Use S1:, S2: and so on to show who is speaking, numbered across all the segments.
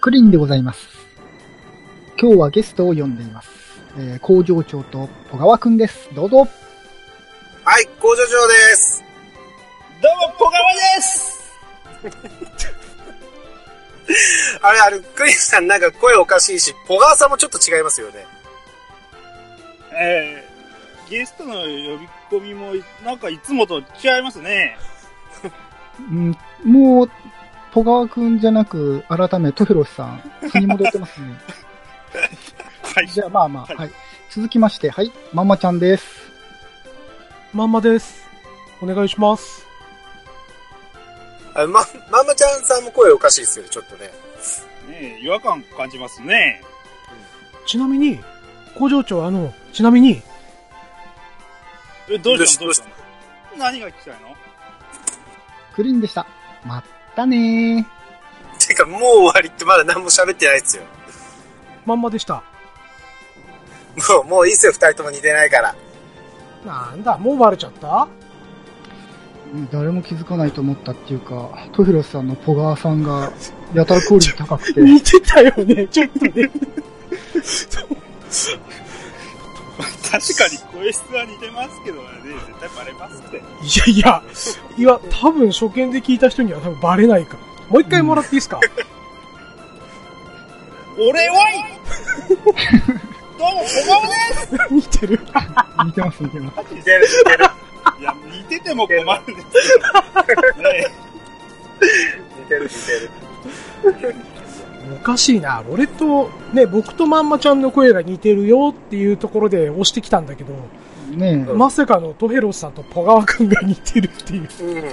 S1: クリンでございます。今日はゲストを呼んでいます。えー工場長と小川くんです。どうぞ。
S2: はい、工場長です。
S3: どうも、小川です
S2: あれ、あれ、クリスさんなんか声おかしいし、小川さんもちょっと違いますよね。
S3: えー、ゲストの呼び込みも、なんかいつもと違いますね。
S1: うん、もう、小川くんじゃなく、改め、トフロスさん、素に戻ってますね。
S3: はい。
S1: じゃあ、まあまあ、
S3: はい
S1: はい。続きまして、はい、まんまちゃんです。
S4: まんまです。お願いします。
S2: あま、まんまちゃんさんも声おかしいですよね、ちょっとね。
S3: ねえ違和感感じますね。
S4: ちなみに、工場長、あの、ちなみに、
S3: え、どうした
S2: ど
S3: のど
S2: う
S3: う
S2: し
S3: したたの何が聞きたいの
S1: クリンでした。まったねー。
S2: てか、もう終わりってまだ何も喋ってないですよ。
S4: まんまでした。
S2: もう、もういいっすよ、二人とも似てないから。
S4: なんだ、もうバレちゃった
S1: うん誰も気づかないと思ったっていうか、トフロスさんの小川さんが、やたらクオリティ高 くて、
S4: てたよね、ちょっとね。
S3: 確かに声質は似てますけどね、絶対バレますって。
S4: いやいや、いや、多分初見で聞いた人には多分バレないから。もう一回もらっていいですか、
S3: 俺はいどうも、小川です
S4: 似てる。
S1: 似てます似てます。
S2: 似てる、似てる、
S3: いや、似てても困るんですけど。ね
S2: 似てる、似てる。
S4: おかしいな。俺と、ね、僕とまんまちゃんの声が似てるよっていうところで押してきたんだけど、
S1: ねえ。
S4: まさかのトヘロスさんとポガワくんが似てるっていう。
S2: うん。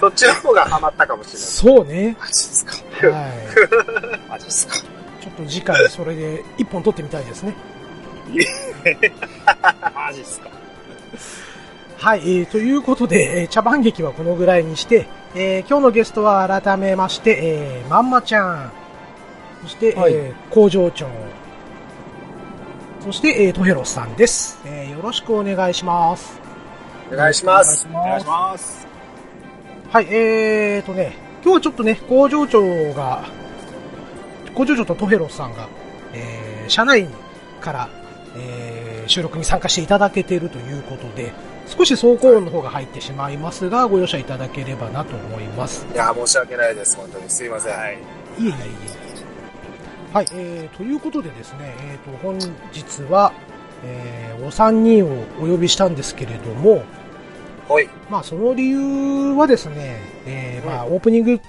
S2: そっちの方がハマったかもしれない。
S4: そうね。
S2: マジっすか
S4: はい。
S2: マジっすか
S4: ちょっと次回それで一本取ってみたいですね。
S3: えマジっすか。
S4: はい、えー、ということで、えー茶番劇はこのぐらいにして、えー今日のゲストは改めまして、えーまんまちゃん、そして、
S1: はい
S4: えー工場長、そして、えー、トヘロスさんです、えーよろしくお願いします。
S2: お願いします。
S3: お願いします。
S4: はい、えーとね、今日はちょっとね、工場長が、工場長とトヘロスさんが、えー、社内から、えー、収録に参加していただけているということで、少し走行音の方が入ってしまいますが、ご容赦いただければなと思います。
S2: いや、申し訳ないです、本当に。すいません。はい。
S4: いえいえいえ。はい、えー、ということでですね、えー、と本日は、えー、お三人をお呼びしたんですけれども、
S2: ほい。
S4: まあ、その理由はですね、えーまあ、オープニング、違う、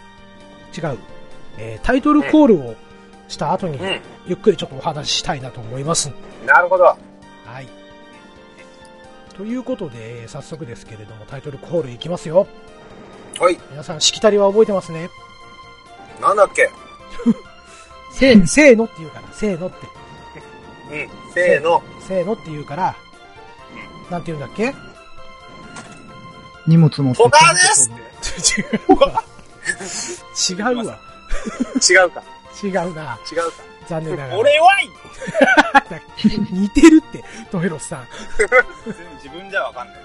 S4: えータイトルコールをした後に、
S2: うん。
S4: ゆっくりちょっとお話ししたいなと思います。
S2: なるほど。
S4: はい。ということで、えー早速ですけれども、タイトルコールいきますよ。
S2: ほい。
S4: 皆さん、しきたりは覚えてますね。
S2: なんだっけ
S4: せー、せーのって言うから、せーのって、
S2: うん。せーの。
S4: せーのって言うから、なんて言うんだっけ
S1: 荷物持って
S2: 小川です
S4: 違うわ。
S2: 違うか。
S4: 違うな。
S2: 違うか。
S4: 残念ながら。
S3: 俺はい
S4: 似てるって、トヘロスさん。
S3: 全部自分じゃわかんないね。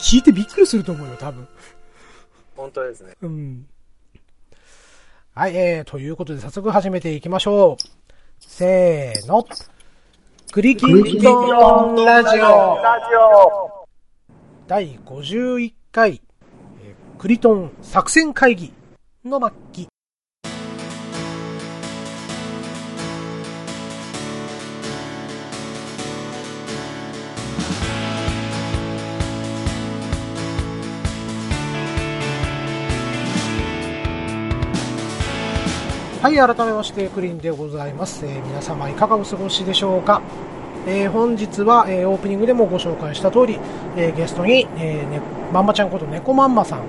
S4: 聞いてびっくりすると思うよ、多分。
S2: 本当ですね。
S4: うん。はい、えー、ということで早速始めていきましょう。せーの。クリキントンラジオ
S2: ラジオ
S4: 第51回、えークリトン作戦会議の末期。はい、改めまして、クリーンでございます。えー皆様いかがお過ごしでしょうかえー本日は、えーオープニングでもご紹介した通り、えーゲストに、えーね、まんまちゃんこと猫まんまさん、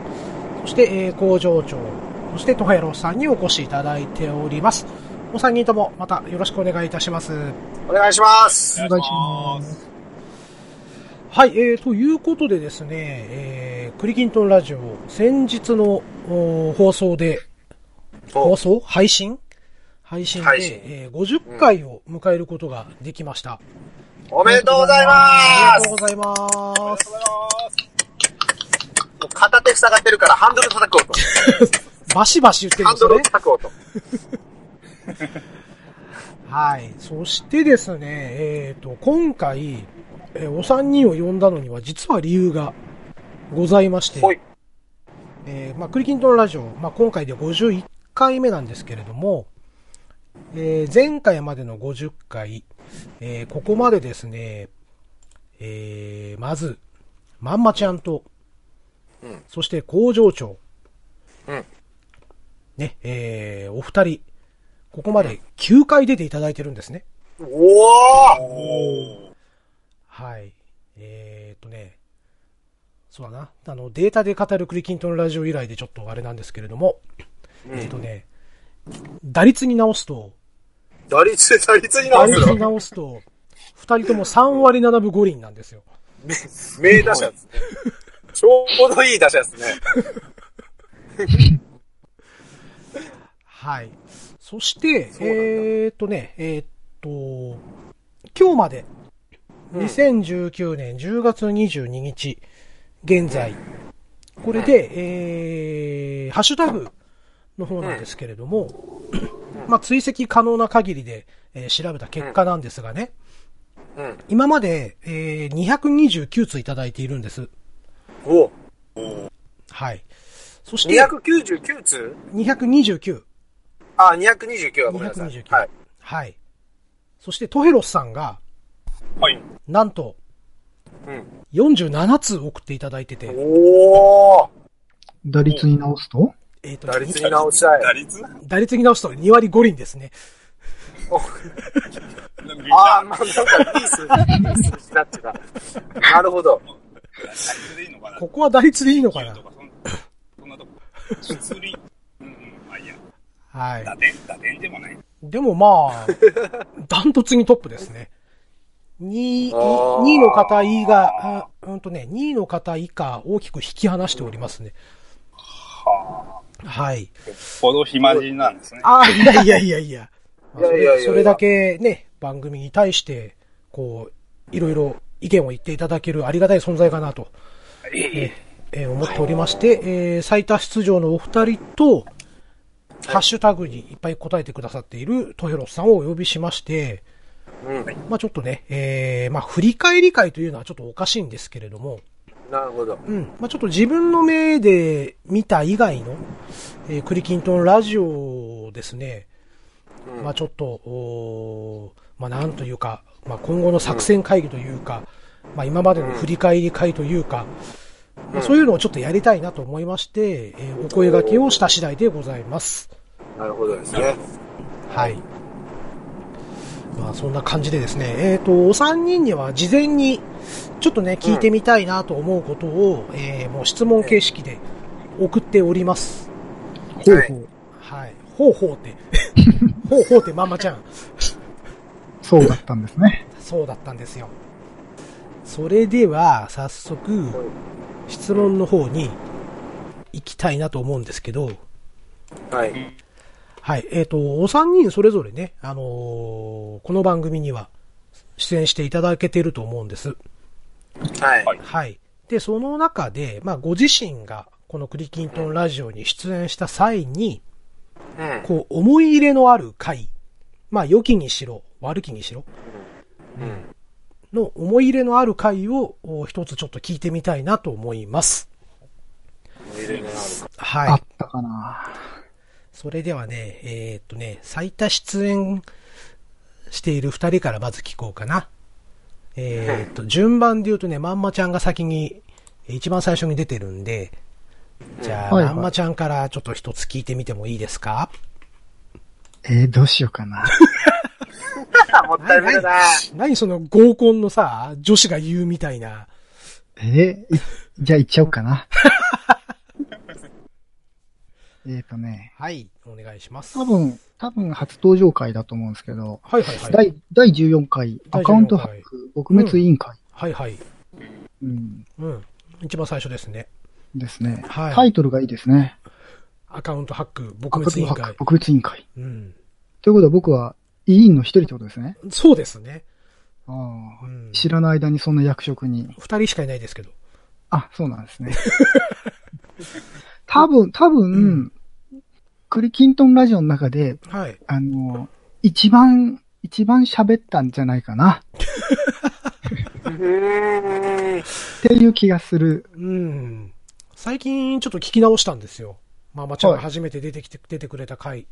S4: そして、えー工場長、そしてトヘロさんにお越しいただいております。お三人ともまたよろしくお願いいたします。
S2: お願いします。
S1: お願いします。
S4: はい、えーということでですね、えークリキントンラジオ、先日のおー放送で、放送配信配信で、
S2: 配信
S4: えー50回を迎えることができました。
S2: おめでとうございま
S4: あり
S2: す
S4: がとうございます。
S2: もう片手塞がってるからハンドル叩こうと。
S4: バシバシ言ってる
S2: ハ
S4: ん
S2: ン
S4: です
S2: ド
S4: よ
S2: ルを
S4: ね。
S2: 叩く音。
S4: はい。そしてですね、えっ、と、今回、えーお三人を呼んだのには実は理由がございまして、
S2: ほい。
S4: えーまあ、クリキントンラジオ、まあ、今回で51回目なんですけれども、えー前回までの50回、えーここまでですね、えーまず、まんまちゃんと、
S2: うん
S4: そして工場長、
S2: うん
S4: ね、えーお二人、ここまで9回出ていただいてるんですね。
S2: おお
S3: お
S4: はい。えーっとね、そうだな。あの、データで語るクリキントンラジオ以来でちょっとあれなんですけれども、えーっとね、打率に直すと、
S2: 打率、打率に
S4: 打
S2: 直
S4: 率
S2: す
S4: に
S2: の
S4: 直すと、二人とも3割7分5厘なんですよ。
S2: 名打者ですね。ちょうどいい打者ですね。
S4: はい。そして、えーっとね、えーっと、今日まで、2019年10月22日、現在、これで、えー、ハッシュタグの方なんですけれども、まあ、追跡可能な限りで、えー調べた結果なんですがね、
S2: うん。
S4: 今まで、えー、229通いただいているんです。
S2: おお
S4: はい。そして、
S2: 299通
S4: 229。
S2: あ、229はごめんなさい。
S4: 229
S2: はい。
S4: はい。そして、トヘロスさんが、
S3: はい。
S4: なんと、
S2: うん。
S4: 47通送っていただいてて、
S2: おお
S1: 打率に直すと
S4: えっ、と、
S2: 打率に直したい
S3: 打。率なんだ
S4: 打率に直すと2割5厘ですね。
S3: みん
S2: あ
S3: な
S2: あ、、まあ、なんか、いい数字、いい数字になってた。なるほど。
S3: 打率でいいのかな
S4: ここは打率でいいのか
S3: 9
S4: な
S3: とかそんそんなとこ。出塁。うんうん、まあいいや。
S4: はい。
S3: 打点、打点でもない。
S4: で もまあ、ダントツにトップですね。2位、
S2: あー
S4: 2位の方以が、あうんとね、2位の方以下大きく引き離しておりますね。はい。
S3: ほど暇人なんですね。
S4: ああ、いやいやいやいや。
S2: いやいやいやいや
S4: それだけね、番組に対して、こう、いろいろ意見を言っていただけるありがたい存在かなと。えーえー思っておりまして、えー最多出場のお二人と、ハッシュタグにいっぱい答えてくださっているトヘロスさんをお呼びしまして、
S2: うん。
S4: まあちょっとね、えーまあ振り返り会というのはちょっとおかしいんですけれども、
S2: なるほど。
S4: うん、まあちょっと自分の目で見た以外の、えークリキントンラジオをですね、
S2: うん
S4: まあちょっと、おーまあなんというか、まあ今後の作戦会議というか、まあ今までの振り返り会というか、まあそういうのをちょっとやりたいなと思いまして、えーお声掛けをした次第でございます。
S2: なるほどですね。
S4: はい。まあそんな感じでですね、えっ、と、お三人には事前にちょっとね、聞いてみたいなと思うことを、えーもう質問形式で送っております。
S1: ほうほう。
S4: はい。ほうほう って。ほうほうってまんまちゃん。
S1: そうだったんですね。
S4: そうだったんですよ。それでは、早速、質問の方に行きたいなと思うんですけど、
S2: はい。
S4: はい、えっ、と、お三人それぞれね、あのーこの番組には出演していただけてると思うんです。
S2: はい。
S3: はい
S4: はい。で、その中で、まあ、ご自身が、このクリキントンラジオに出演した際に、
S2: うん。
S4: こう、思い入れのある回、まあ、良きにしろ、悪きにしろ、
S2: うん。
S4: の思い入れのある回をお一つちょっと聞いてみたいなと思います。
S2: 入れるな
S1: あ
S4: は
S1: っ
S4: い。
S1: たかな
S4: それではね、えーっとね、最多出演している二人からまず聞こうかな。えーっと、順番で言うとね、まんまちゃんが先に、一番最初に出てるんで、じゃあ、
S1: はいはい
S4: まんまちゃんからちょっと一つ聞いてみてもいいですか
S1: えー、どうしようかな。
S2: あもったいないな。
S4: 何その合コンのさ、女子が言うみたいな。
S1: えーいじゃあ行っちゃおうかな。 えっとね、
S4: はい、お願いします。
S1: 多分、多分初登場回だと思うんですけど、
S4: はいはいはい。
S1: 第第14回、
S4: 第14回
S1: アカウントハック撲滅委員会、
S4: はいはい。
S1: うん
S4: うん。一番最初ですね。
S1: ですね、
S4: はい
S1: タイトルがいいですね。
S4: アカウントハック、
S1: アカ
S4: 撲
S1: ウント
S4: 滅委員
S1: ハッ
S4: 会。
S1: ク撲滅委員会。
S4: うん。
S1: ということは僕は委員の一人ってことですね。
S4: そうですね。
S1: ああ
S4: うん
S1: 知らない間にそんな役職に。
S4: 二人しかいないですけど。
S1: あ、そうなんですね。多分、多分、クリキントンラジオの中で、
S4: はい。
S1: あの、一番、一番喋ったんじゃないかな、
S2: うん。
S1: っていう気がする。
S4: うん。最近ちょっと聞き直したんですよ。ママちゃんが初めて出てきて、出てくれた回。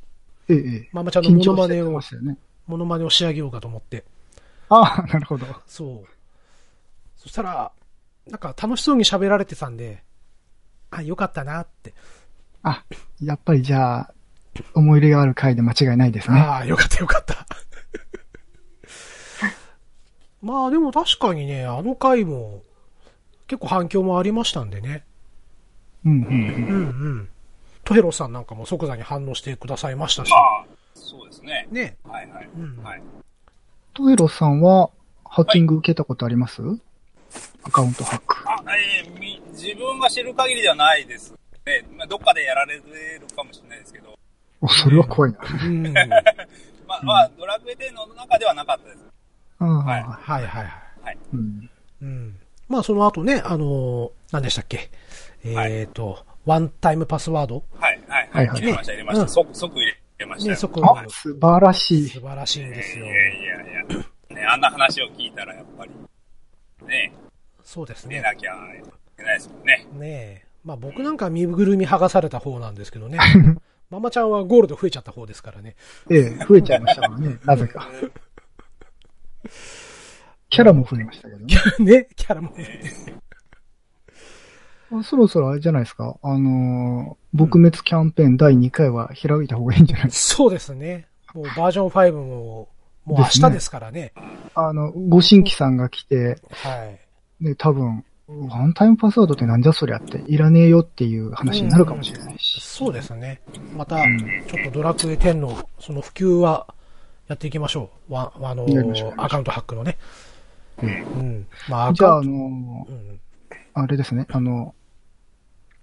S1: ええ、
S4: ママち
S1: ええ
S4: ゃんの
S1: 緊
S4: モノ
S1: 張し
S4: マ
S1: て
S4: ネ
S1: やって
S4: を
S1: ま、したよね。
S4: モノマネを仕上げようかと思って。
S1: ああ、なるほど。
S4: そう。そしたら、なんか楽しそうに喋られてたんで、あ、よかったなって。
S1: あ、やっぱりじゃあ、思い入れがある回で間違いないですね。
S4: ああ、よかったよ かった。まあでも確かにね、あの回も結構反響もありましたんでね。
S1: うんうんうん。
S4: うんうん。トヘロさんなんかも即座に反応してくださいましたし。
S3: ああ、そうですね。
S4: ね。
S3: はいはい。
S4: うん。
S3: はい。
S1: トエロさんは、ハッキング受けたことあります、アカウントハック。
S3: あ、えーみ、自分が知る限りではないです。ね、まあ、どっかでやられるかもしれないですけど、
S1: お、それは怖いな。
S4: うん。
S3: まあ、まあ、ドラクエ10の中ではなかったです。
S1: あ
S3: はい
S1: あ、
S4: はいはいはい。
S1: うん。
S4: うん。まあその後ね、あのー何でしたっけ。えっ、と、ワンタイムパスワード。
S3: はいはい
S1: は
S3: はいい。
S1: はい
S3: 入れました、入れまし
S4: うん
S3: た。即、即入れました
S4: ね、
S3: よ。
S4: 即、
S1: あ、素晴らしい
S4: 素。晴らしいんですよ。
S3: いやいやいや。ね、あんな話を聞いたらやっぱり、ね、
S4: そうです
S3: 出
S4: ね。
S3: なきゃいけないですもんね。
S4: ねえ。まあ僕なんか身ぐるみ剥がされた方なんですけど ね。ママちゃんはゴールド増えちゃった方ですからね。
S1: ええ、増えちゃいましたからね、なぜか。キャラも増えましたけどね。
S4: ね、キャラも増えて。
S1: そろそろあれじゃないですか。あのー撲滅キャンペーン第2回は開いた方がいいんじゃないです
S4: そうですね。もうバージョン5も、もう明日ですからね。
S1: か。あの、ご新規さんが来て、
S4: はい。
S1: ね、多分、ワンタイムパスワードってなんじゃそりゃって、いらねえよっていう話になるかもしれないし。
S4: そうですね。また、ちょっとドラクエ10のその普及はやっていきましょう。わあの
S1: やりましょうやりましょう、
S4: アカウントハックのね。うん。まあ、ア
S1: じゃあ、
S4: カ
S1: あ
S4: ウント、
S1: のー
S4: うん
S1: あれですね、あの、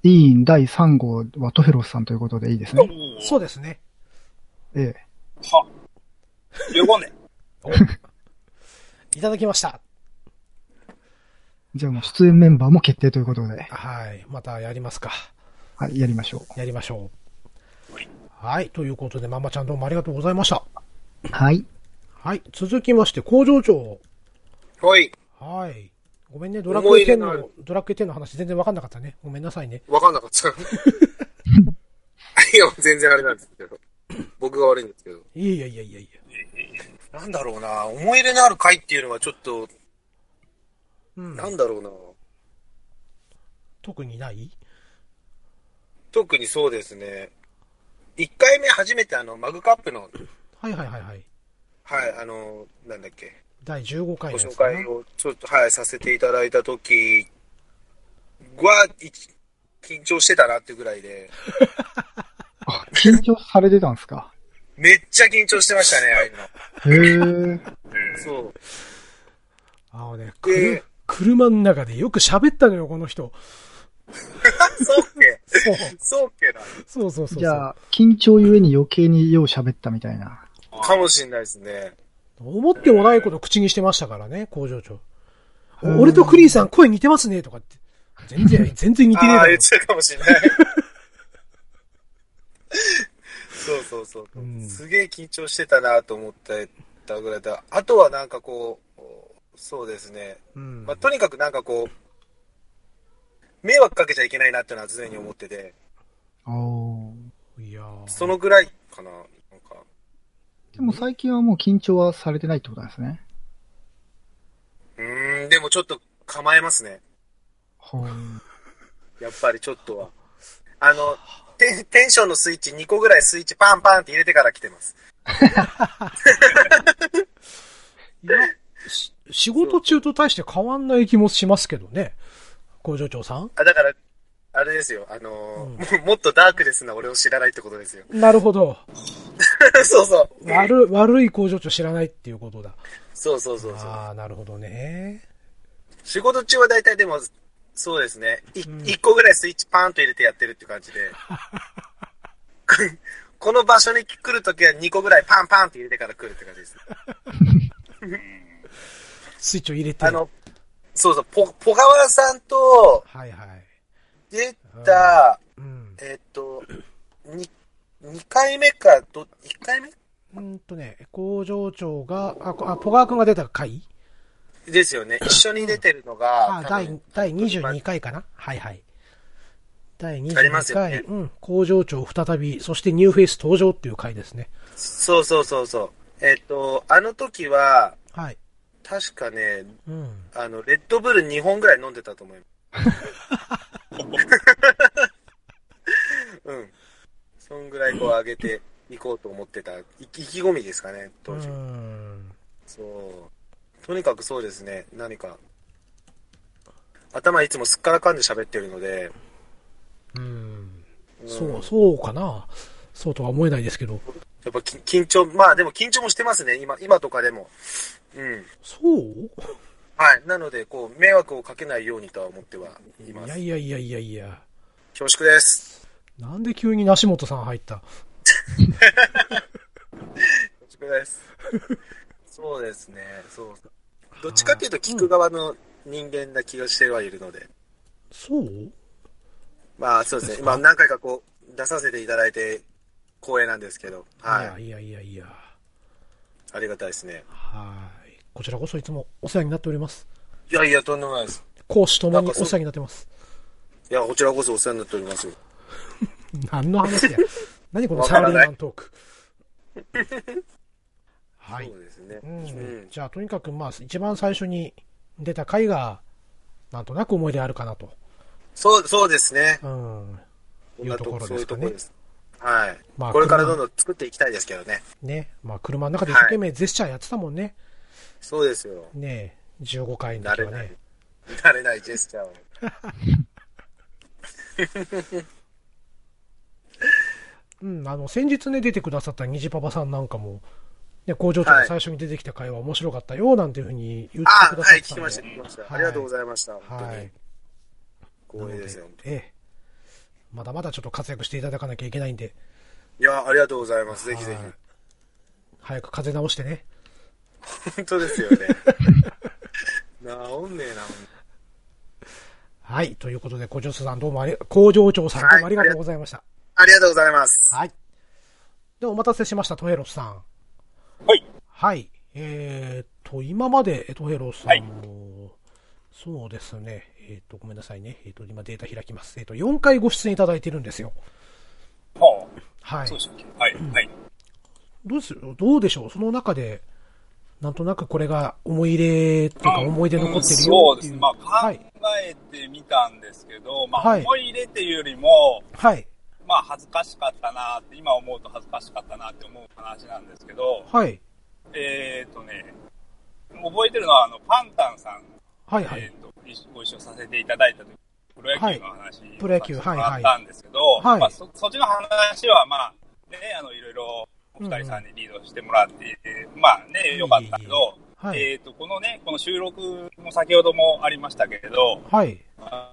S1: 委員第3号はトヘロスさんということでいいですね。
S3: おー
S4: そうですね。
S1: ええ。
S3: は。喜んで。
S4: おいただきました。
S1: じゃあもう出演メンバーも決定ということで、
S4: はい。またやりますか。
S1: はい、やりましょ
S4: やりましょう。はい。ということで、ママちゃんどうもありがとうございました。
S1: う。はい。
S4: はい。続きまして、工場長。
S2: ほい。
S4: はい。ごめんね、ドラクエ10
S2: 思い入れの
S4: の、ドラクエ10の話全然わかんなかったね。ごめんなさいね。
S2: わかんなかった。いや、全然あれなんですけど。僕が悪いんですけど。
S4: いやいやいやいやいや。
S2: なんだろうな思い入れのある回っていうのはちょっと、
S4: うん。
S2: なんだろうな
S4: 特にない
S2: 特にそうですね。1回目初めてあの、マグカップの、
S4: はいはいはいはい。
S2: はい、あの、なんだっけ、
S4: 第15回
S2: ご
S4: のや
S2: 紹
S4: つかな
S2: 介をちょっと、はい、させていただいたときは、いち緊張してたなっていうぐらいで、
S1: あ、緊張されてたんですか。
S2: めっちゃ緊張してましたね、ああいうの。
S1: へえ。
S2: そう。
S4: あのね、く
S2: で
S4: る車の中でよく喋ったのよ、こ の人。
S2: そうっけ
S4: そう
S2: そうっけな。
S4: そうそうそう。
S1: じゃあ、緊張ゆえに余計によう喋ったみたいな。
S2: かもしれないですね。
S4: 思ってもないこと口にしてましたからね、工場長。俺とクリーンさん声似てますね、とかって。全然、全然似てねえ
S2: あ
S4: だ
S2: あ、
S4: ろ
S2: 言っ。ちゃうかもしれない。そうそうそう。
S4: うん
S2: すげえ緊張してたなと思ってたぐらいだ。あとはなんかこう、そうですね。
S4: うん
S2: まあ、とにかくなんかこう、迷惑かけちゃいけないなってのは常に思ってて、
S1: お
S4: いやー
S2: そのぐらいかな。なんか、
S1: でも最近はもう緊張はされてないってことなんですね。
S2: うーん、でもちょっと構えますね。
S1: ほ
S2: やっぱりちょっとは。あの、テンテンションのスイッチ2個ぐらいスイッチパンパンって入れてから来てます。
S4: いや、し仕事中と大して変わんない気もしますけどね。工場長さん。
S2: あ、だから、あれですよ、あのーももっとダークですな俺を知らないってことですよ
S4: なるほど。
S2: そうそう。
S4: 悪い、悪い工場長知らないっていうことだ。
S2: そうそうそうそう。
S4: ああ、なるほどね。
S2: 仕事中は大体でも、そうですね。い一、
S4: うん
S2: 個ぐらいスイッチパーンと入れてやってるって感じで。 この場所に来るときは2個ぐらいパンパンって入れてから来るって感じです。
S4: スイッチを入れて。
S2: あの、そうそう、ポ、ポガワさんと
S4: はいはい。
S2: 出た、
S4: うん。
S2: えっと、に、 2回目か、ど、1回目
S4: うんとね、工場長が、あ、こあポガー君が出た回
S2: ですよ ね。一緒に出てるのが、
S4: あ、
S2: 多
S4: 第
S2: 分、
S4: 第22回かなはいはい。第
S2: ありま
S4: 22
S2: すよ
S4: 回、
S2: ね
S4: うん、工場長再び、そしてニューフェイス登場っていう回ですね。
S2: そうそうそうそう。えっ、と、あの時は、
S4: はい。
S2: 確かね、
S4: うん。
S2: あの、レッドブル2本ぐらい飲んでたと思い ます。うん。そんぐらいこう上げていこうと思ってた、い意気込みですかね、
S4: う
S2: 当時。
S4: ん。
S2: そう。とにかくそうですね、何か。頭いつもすっからかんで喋ってるので、
S4: うん。
S2: ん
S4: そう、そうかな。そうとは思えないですけど。
S2: やっぱき緊張、まあでも緊張もしてますね、今、今とかでも。うん。
S4: そう
S2: はい。なので、こう、迷惑をかけないようにとは思ってはいま
S4: い
S2: す
S4: や。いやいやいやいや。
S2: 恐縮です。
S4: なんで急に梨本さん入った
S2: 恐縮です。 そうですね、そう。どっちかっていうと、聞く側の人間な気がしてはいるので。
S4: そう
S2: まあ、そう ですね。今、何回かこう、出させていただいて、光栄なんですけど。はい。
S4: いやいやいやいや。
S2: ありがたいですね。
S4: はい。こちらこそいつもお世話になっております。
S2: いやいや、とんでもないです。
S4: 講師ともに
S2: な
S4: お
S2: んかそう
S4: 世話になってます。
S2: いや、こちらこそお世話になっておりますよ。
S4: 何の話や。何この
S2: わ
S4: サ
S2: から
S4: ラリー
S2: ない
S4: マントーク。 はい
S2: そう。ですね。
S4: うん
S2: うん
S4: じゃあ、とにかく、まあ、一番最初に出た回が、なんとなく思い出あるかなと。
S2: そう、そうですね。
S4: うん。
S2: こんなと
S4: いうところ
S2: そうい
S4: です
S2: う
S4: か
S2: と
S4: ね
S2: ころです。はい。
S4: まあ
S2: これからどんどん作っていきたいですけどね。
S4: ね。まあ、車の中で一生懸命ジェスチャーやってたもんね。
S2: そうですよ。
S4: ねえ15回の
S2: 慣
S4: 時
S2: れ
S4: は
S2: ない
S4: ね。。
S2: 慣れないジェスチャーを。
S4: うん、あの、先日ね、出てくださった虹パパさんなんかも、ね、工場長が最初に出てきた回は面白かったよ、なんていうふうに言って
S2: あ
S4: くだ
S2: は
S4: さっ
S2: い、
S4: て
S2: 聞
S4: た
S2: き
S4: んで
S2: ました、聞きまし
S4: はい
S2: た。ありがとうございました。本当
S4: は
S2: に
S4: い。。
S2: 光栄ですよ。
S4: ええ。まだまだちょっと活躍していただかなきゃいけないんで、
S2: いや、ありがとうございます。ぜひぜ
S4: はい早く風邪直してね。
S2: ひ。本当ですよね。治んねえな、
S4: はい。ということで、工場長さんどうもあり、工場長さんどうもありがとうございました。
S2: ありがとうございます。
S4: はい。で、お待たせしました、トヘロスさん。
S3: はい。
S4: はい。えーっと、今まで、えトヘロスさんも、そうですね。えーっと、ごめんなさいね。えーっと、今データ開きます。えーっと、4回ご出演いただいてるんですよ。
S3: は
S4: は
S3: あ、
S4: い
S3: そう。でしたっけはい、はい。
S4: どうですどうでしょうその中で、なんとなくこれが思い入れっていうか
S3: うん
S4: 思い出残ってる
S3: そ
S4: よ
S3: う
S4: っ
S3: で
S4: てい
S3: す
S4: う。
S3: ね。ま
S4: は
S3: あ、考
S4: い。
S3: えてみたんですけど、まあ、
S4: はい
S3: 思い入れっていうよりも、
S4: はい。
S3: まあ、恥ずかしかったなって、今思うと恥ずかしかったなって思う話なんですけど、
S4: はい。
S3: えっ、ー、とね、覚えてるのは、あの、パンタンさん、
S4: はいは
S3: え
S4: い。
S3: ーと一緒ご一緒させていただいた時プロ野球の話、
S4: いプロ野球はいはい
S3: あったんですけど、
S4: はい
S3: まあ、そそっちの話は、まあ、ね、あの、いろいろ、お二人さんにリードしてもらって、まあね、よかったけど、
S4: はい
S3: えっ、と、このね、この収録も先ほどもありましたけれど、
S4: はい。
S3: あ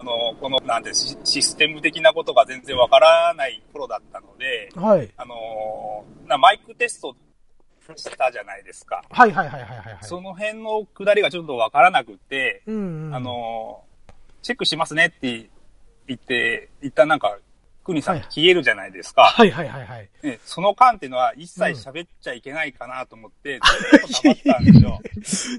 S3: の、この、なんてシ、システム的なことが全然わからない頃だったので、
S4: はい。
S3: あのーなマイクテストしたじゃないですか。
S4: はいはいはいはいはいはい。
S3: その辺のくだりがちょっとわからなくて、
S4: うんうん。
S3: あ、のーチェックしますねって言って、一旦なんか、クニさん
S4: はい
S3: 消えるじゃないです か。
S4: はいはいはいはい。
S3: ねその間っていうのは一切喋っちゃいけないかなと思 って、ずっと黙ってたんですよ。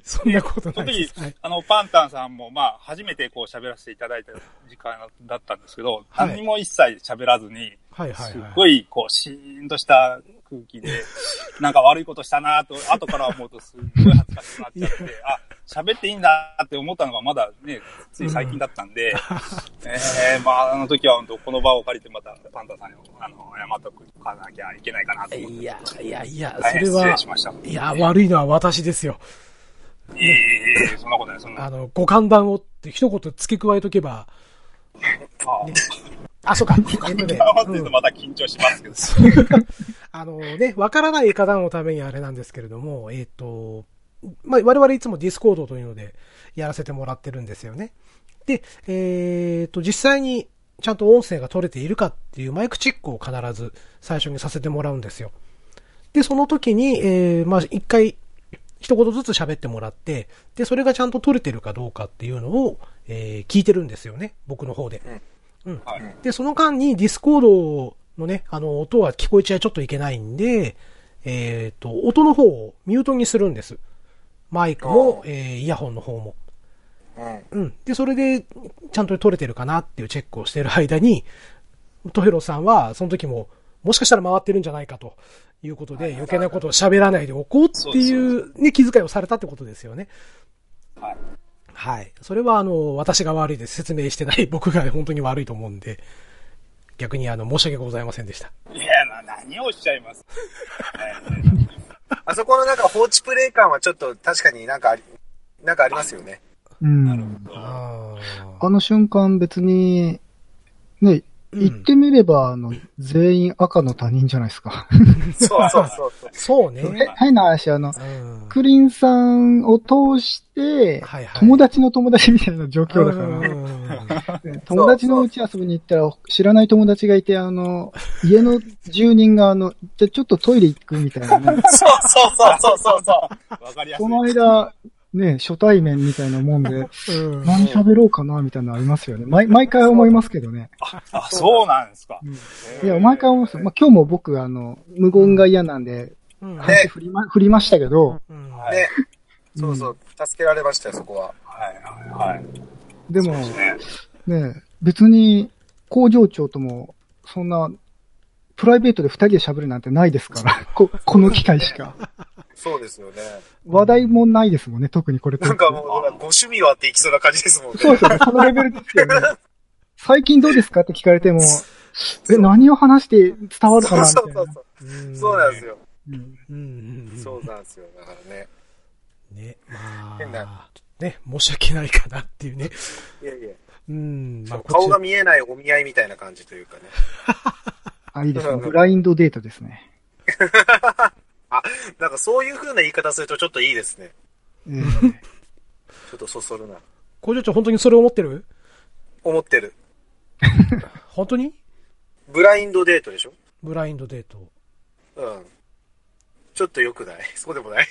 S4: そんなことない
S3: 特
S4: で
S3: に
S4: す。はい、
S3: あの、パンタンさんも、まあ、初めてこう喋らせていただいた時間だったんですけど、
S4: はい
S3: 何も一切喋らずに、
S4: はいはい
S3: すっ
S4: はい。
S3: ごい、こう、シーンとした空気で、なんか悪いことしたなと、後から思うとすっごい恥ずかしくなっちゃって、あ、喋っていいんだって思ったのがまだね、つい最近だったんで、 えー、まあ、あの時は本当この場を借りてまたパンタさんに、あの、謝っとかなきゃいけないかなと思って。
S4: いや、いや、いや、
S3: 大
S4: そ
S3: 変
S4: れ
S3: 失
S4: は
S3: 礼し、ました。
S4: いや、悪いのは私ですよ。
S3: いえいえいえ、そんなことない、そんな
S4: あの、ご勘断をって一言付け加えとけば、
S3: ああ
S4: あ、そうか、えっとね
S3: 頑張っ、て
S4: う
S3: ると
S4: ん、
S3: また緊張しますけど。
S4: あのね、わからない方のためにあれなんですけれども、えっ、と、まあ、我々いつもディスコードというのでやらせてもらってるんですよね。で、えっ、と、実際にちゃんと音声が取れているかっていうマイクチェックを必ず最初にさせてもらうんですよ。で、その時に、えーまあ、一回、一言ずつ喋ってもらって、で、それがちゃんと取れてるかどうかっていうのを、えー聞いてるんですよね。僕の方で。
S2: うん
S4: うん
S3: はい。
S4: で、その間にディスコードのね、あの、音が聞こえちゃちょっといけないんで、えっ、と、音の方をミュートにするんです。マイクも、
S2: あー
S4: えーイヤホンの方も。
S2: うん。
S4: うん。で、それで、ちゃんと撮れてるかなっていうチェックをしてる間に、トヘロさんは、その時も、もしかしたら回ってるんじゃないかということで、余計なことを喋らないでおこうってい
S3: そう
S4: う、ね、気遣いをされたってことですよね。
S3: はい。
S4: はい。それは、あの、私が悪いです。説明してない 僕が本当に悪いと思うんで、逆に、あの、申し訳ございませんでした。
S3: いや、な、何をおっしゃいます。
S2: あそこのなんか放置プレイ感はちょっと確かになんかあり、なんかありますよね。
S1: う
S3: なる
S1: ん。
S3: ほど。
S4: あ
S1: あの瞬間別に、ね、
S4: うん
S1: 言ってみれば、あの、全員赤の他人じゃないですか。
S2: そうそうそうそう。
S4: そうね。
S1: へ 変な話、あの、
S4: うん。
S1: クリンさんを通して、
S4: はいはい。
S1: 友達の友達みたいな状況だから、
S4: うん
S1: 友達のうち遊びに行ったら、知らない友達がいて、あの、家の住人が、あの、じゃあちょっとトイレ行くみたいな ね。
S2: そうそうそうそうそ
S3: わかりやすい。
S1: この間、ね、初対面みたいなもんで、
S4: うん
S1: 何喋ろうかなみたいなのありますよね。毎毎回思いますけどね。
S3: あ、そうなんですか。
S1: いや、毎回思いますよ。まあ、今日も僕、あの、無言が嫌なんで、
S4: うん
S1: 反省振りま、振りましたけど、
S4: うん
S2: う。ね。そうそう。助けられましたよ、そこは。
S3: はい、はい、はい。
S1: でも、
S3: ね
S1: ね、別に、工場長とも、そんな、プライベートで二人で喋るなんてないですから、こ、この機会しか。
S2: そうですよね。
S1: 話題もないですもんね、特にこれとい
S2: な
S1: って
S2: んかもう、ほらご趣味はっていきそうな感じですもんね。
S1: そうですよね、そのレベルですよね。最近どうですかって聞かれても、え、
S2: う
S1: 何を話して伝わるかなみ
S2: そう
S1: た
S2: そ
S1: いうな。
S2: そう。
S4: うん
S2: そうなんですよ。
S1: うん
S4: うんうん
S2: そうなんですよ。だからね。
S4: ね、ま
S2: 変
S4: あ
S2: な、
S4: ね、申し訳ないかなっていうね。
S2: いやいや。
S4: うん、まあ、
S2: 顔が
S4: こ
S2: 見えないお見合いみたいな感じというかね。
S1: あ、いいですね。ブラインドデータですね。
S2: なんかそういう風な言い方するとちょっといいですね。
S1: えー
S2: ちょっとそそるな。
S4: 工場長本当にそれ思ってる
S2: 思ってる。
S4: 本当に
S2: ブラインドデートでしょ
S4: ブラインドデート。
S2: うん。ちょっと良くない そうでもない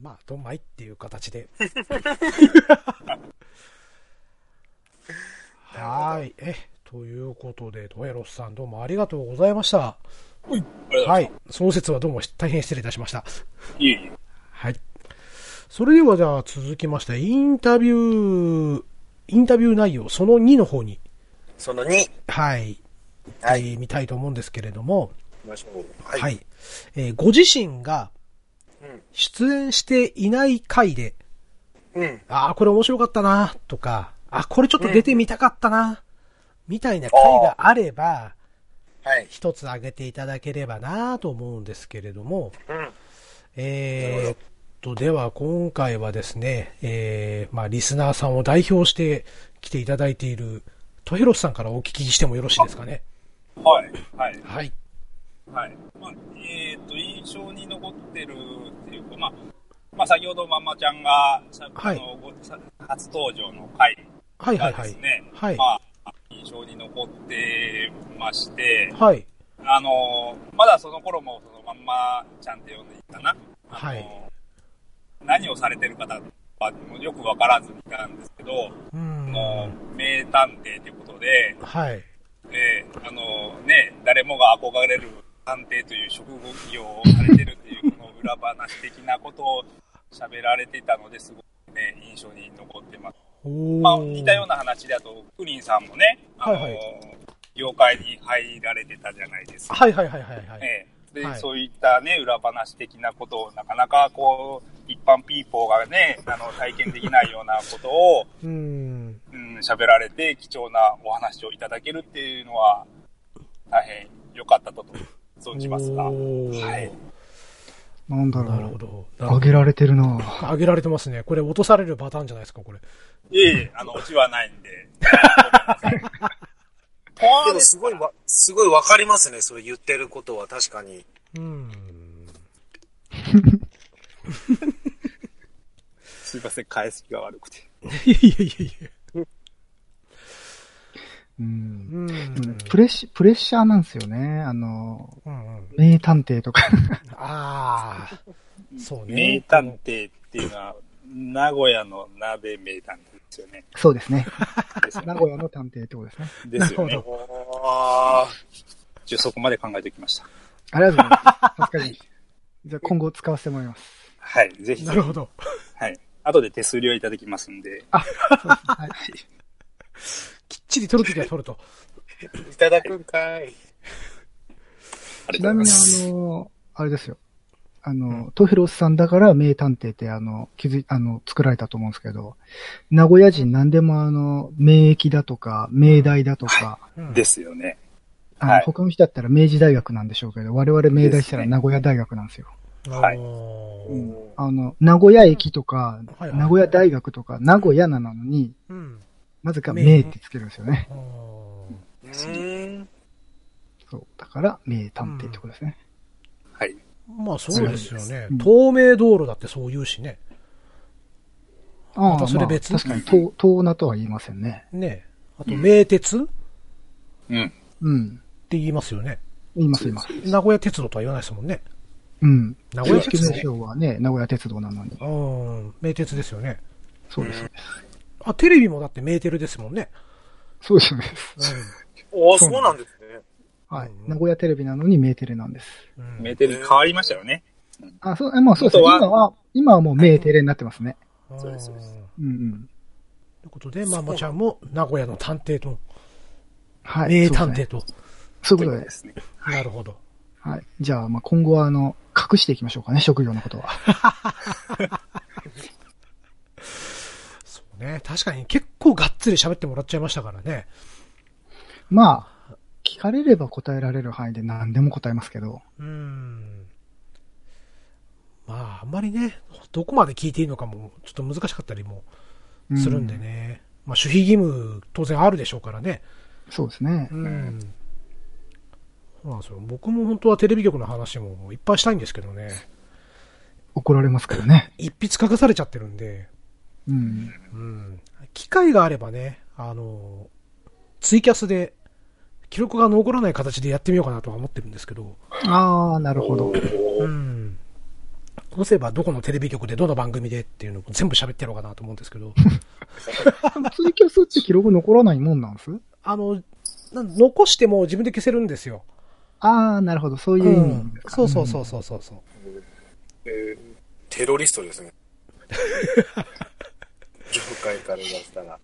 S4: まあ、ドンマイっていう形で。はい。え、ということで、ドエロスさんどうもありがとうございました。
S3: は。
S4: はいい。その説はどうも大変失礼いたしました。
S3: いえいえ。
S4: はい。それではじゃあ続きまして、インタビュー、インタビュー内容、その2の方に、
S2: その2。
S4: はい、
S2: は
S4: え
S2: い。
S4: ー見たいと思うんですけれども、
S2: 行きましょう。
S4: はい、
S2: はい。
S4: えーご自身が
S2: うん
S4: 出演していない回で、
S2: うん。
S4: ああ、これ面白かったな、とか、あ、これちょっと出てみたかったな、みたいな回があれば、
S2: はい。
S4: 一つ挙げていただければなと思うんですけれども、
S2: うん。
S4: えーっと、では今回はですね、えー、まあ、リスナーさんを代表して来ていただいている、トヘロスさんからお聞きしてもよろしいですかね。
S3: はい、はい、
S4: はい。
S3: はい。まあ、えっ、と、印象に残ってるっていうか、まあ、まあ、先ほどママちゃんが、さ
S4: はい
S3: あのごさ初登場の回
S4: はい
S3: が
S4: はいは
S3: で
S4: い
S3: す。ね、
S4: はい。
S3: まあ、印象に残ってまして、
S4: はい。
S3: あの、まだその頃も、そのまんまちゃんって呼んでいいかな。
S4: は
S3: あ
S4: い。
S3: の何をされてる方はよくわからずにいたんですけど、
S4: うー
S3: あ
S4: ん。
S3: の名探偵ということで、
S4: はい。
S3: えーあのね、誰もが憧れる探偵という職業をされてるっていう、この裏話的なことを喋られていたのですごくね、印象に残ってます。
S4: おー
S3: まあ、似たような話だと、クリンさんもね、あの、
S4: はいはい
S3: 業界に入られてたじゃないですか。
S4: はいはいはいはいはい。
S3: ええで、
S4: はい
S3: そういったね、裏話的なことを、なかなかこう、一般ピーポーがね、あの、体験できないようなことを、
S4: うーん。
S3: うん、喋られて、貴重なお話をいただけるっていうのは、大変良かったと、存じますが。は
S4: おー
S3: い。
S1: なんだろ
S4: なるほ
S1: う。
S4: ど。なる
S1: あ
S4: ほど
S1: げられてるな
S4: 上げられてますね。これ落とされるパターンじゃないですか、これ。
S3: いえいえ、あの、オチはないん で。ポ
S2: で
S3: ーン
S2: も
S3: です
S2: すごいわ、すごいわかりますね。それ言ってることは確かに。
S4: うーん。
S3: すいません、返す気が悪くて。
S4: いやいやいやいや。
S1: うん
S4: う。ーん。
S1: プレッシ、プレッシャーなんですよね。あの、
S4: うんうん。
S1: 名探偵とか。
S4: ああ。そうね。
S3: 名探偵っていうのは、名古屋の鍋名探偵ですよね。
S1: そうですね。
S3: ですよ
S1: 名
S3: ね
S1: 古屋の探偵ってことですね。
S3: ですよ
S4: なる
S3: ね。
S2: おあ
S3: 一応そこまで考えてきました。
S1: ありがとうございます。助かりました。じゃあ今後使わせてもらいます。
S3: はい、ぜひ
S4: な、るほど。
S3: はい。後で手数料いただきますんで、
S1: そうですねはい。
S4: きっちり取るときは取ると。
S2: ーいただくんかい。
S3: あり
S1: ちなみに
S3: がとうございま
S1: あ
S3: す。
S1: の、あれですよ。あの、トヒロスさんだから名探偵ってあの、気づい、あの、作られたと思うんですけど、名古屋人何でもあの、名駅だとか、名大だとか、
S4: うん
S3: ですよね。
S1: あの
S3: はい
S1: 他の人だったら明治大学なんでしょうけど、我々明大したら
S3: ですね
S1: 名古屋大学なんですよ。
S3: はい
S4: おー
S1: うんあの、名古屋駅とか、
S4: はいはい
S1: 名古屋大学とか、名古屋なのに、
S4: うん。
S1: なぜか
S4: 名
S1: 名ってつけるんですよね。
S4: おー
S2: うーん。
S1: そう。だから、名探偵ってことですね。
S3: はい。
S4: まあそうですよね
S1: う。ん
S4: 透明道路だってそう言うしね。
S1: あ
S4: またそれ別
S1: まあ確かに、遠、遠なとは言いませんね。
S4: ねあと、名鉄って
S3: うん。
S1: うん。
S4: 言いますよね。
S1: 言います、言います。
S4: 名古屋鉄道とは言わないですもんね。
S1: うん。
S4: 名古
S1: 正
S4: 屋
S1: 式
S4: 鉄
S1: 名
S4: 道
S1: 称はね、名古屋鉄道なのに。
S4: うん。名鉄ですよね。
S1: そうです。
S4: あ、テレビもだってメーテルですもんね。
S1: そうです、そうです。
S2: おー、そうなんですね。
S1: はい
S4: うん。
S1: 名古屋テレビなのに名テレなんです。
S4: うん
S3: メーテル変わりましたよね。
S1: あ、そう、えまあそうですね。
S3: 元は
S1: 今は、今はもう名テレになってますね。
S4: うん
S2: そうですそうです
S1: うんうん。
S4: ということで、まあまちゃんも名古屋の探偵と、
S1: はい。
S4: 名探
S1: そうですね
S4: 偵と。
S1: そう
S3: と
S1: い
S3: いう
S1: こ
S3: うことと
S1: で
S3: で。すね。
S4: なるほど。
S1: はい。じゃあ、まあ今後は、あの、隠していきましょうかね、職業のことは。
S4: そうね。確かに結構がっつり喋ってもらっちゃいましたからね。
S1: まあ、聞かれれば答えられる範囲で何でも答えますけど。
S4: うん。まあ、あんまりね、どこまで聞いていいのかも、ちょっと難しかったりも
S1: う
S4: するんで。ね。まあ、守秘義務、当然あるでしょうからね。
S1: そうですね。
S4: うん。そうなんですよ。僕も本当はテレビ局の話ももういっぱいしたいんですけどね。
S1: 怒られますからね。
S4: 一筆書かされちゃってるんで。
S1: うん。
S4: うん。機会があればね、あの、ツイキャスで、記録が残らない形でやってみようかなとは思ってるんですけど。
S1: ああ、なるほど。
S4: うん。そうすればどこのテレビ局でどの番組でっていうのを全部喋ってやろうかなと思うんですけど、
S1: ツイキャスって記録残らないもんなんす
S4: あの、なん残しても自分で消せるんですよ。
S1: ああ、なるほど。そういう
S4: う
S1: 意味、
S4: ん。そうそうそうそうそうそう。
S2: えーテロリストです ね。業界から出したら。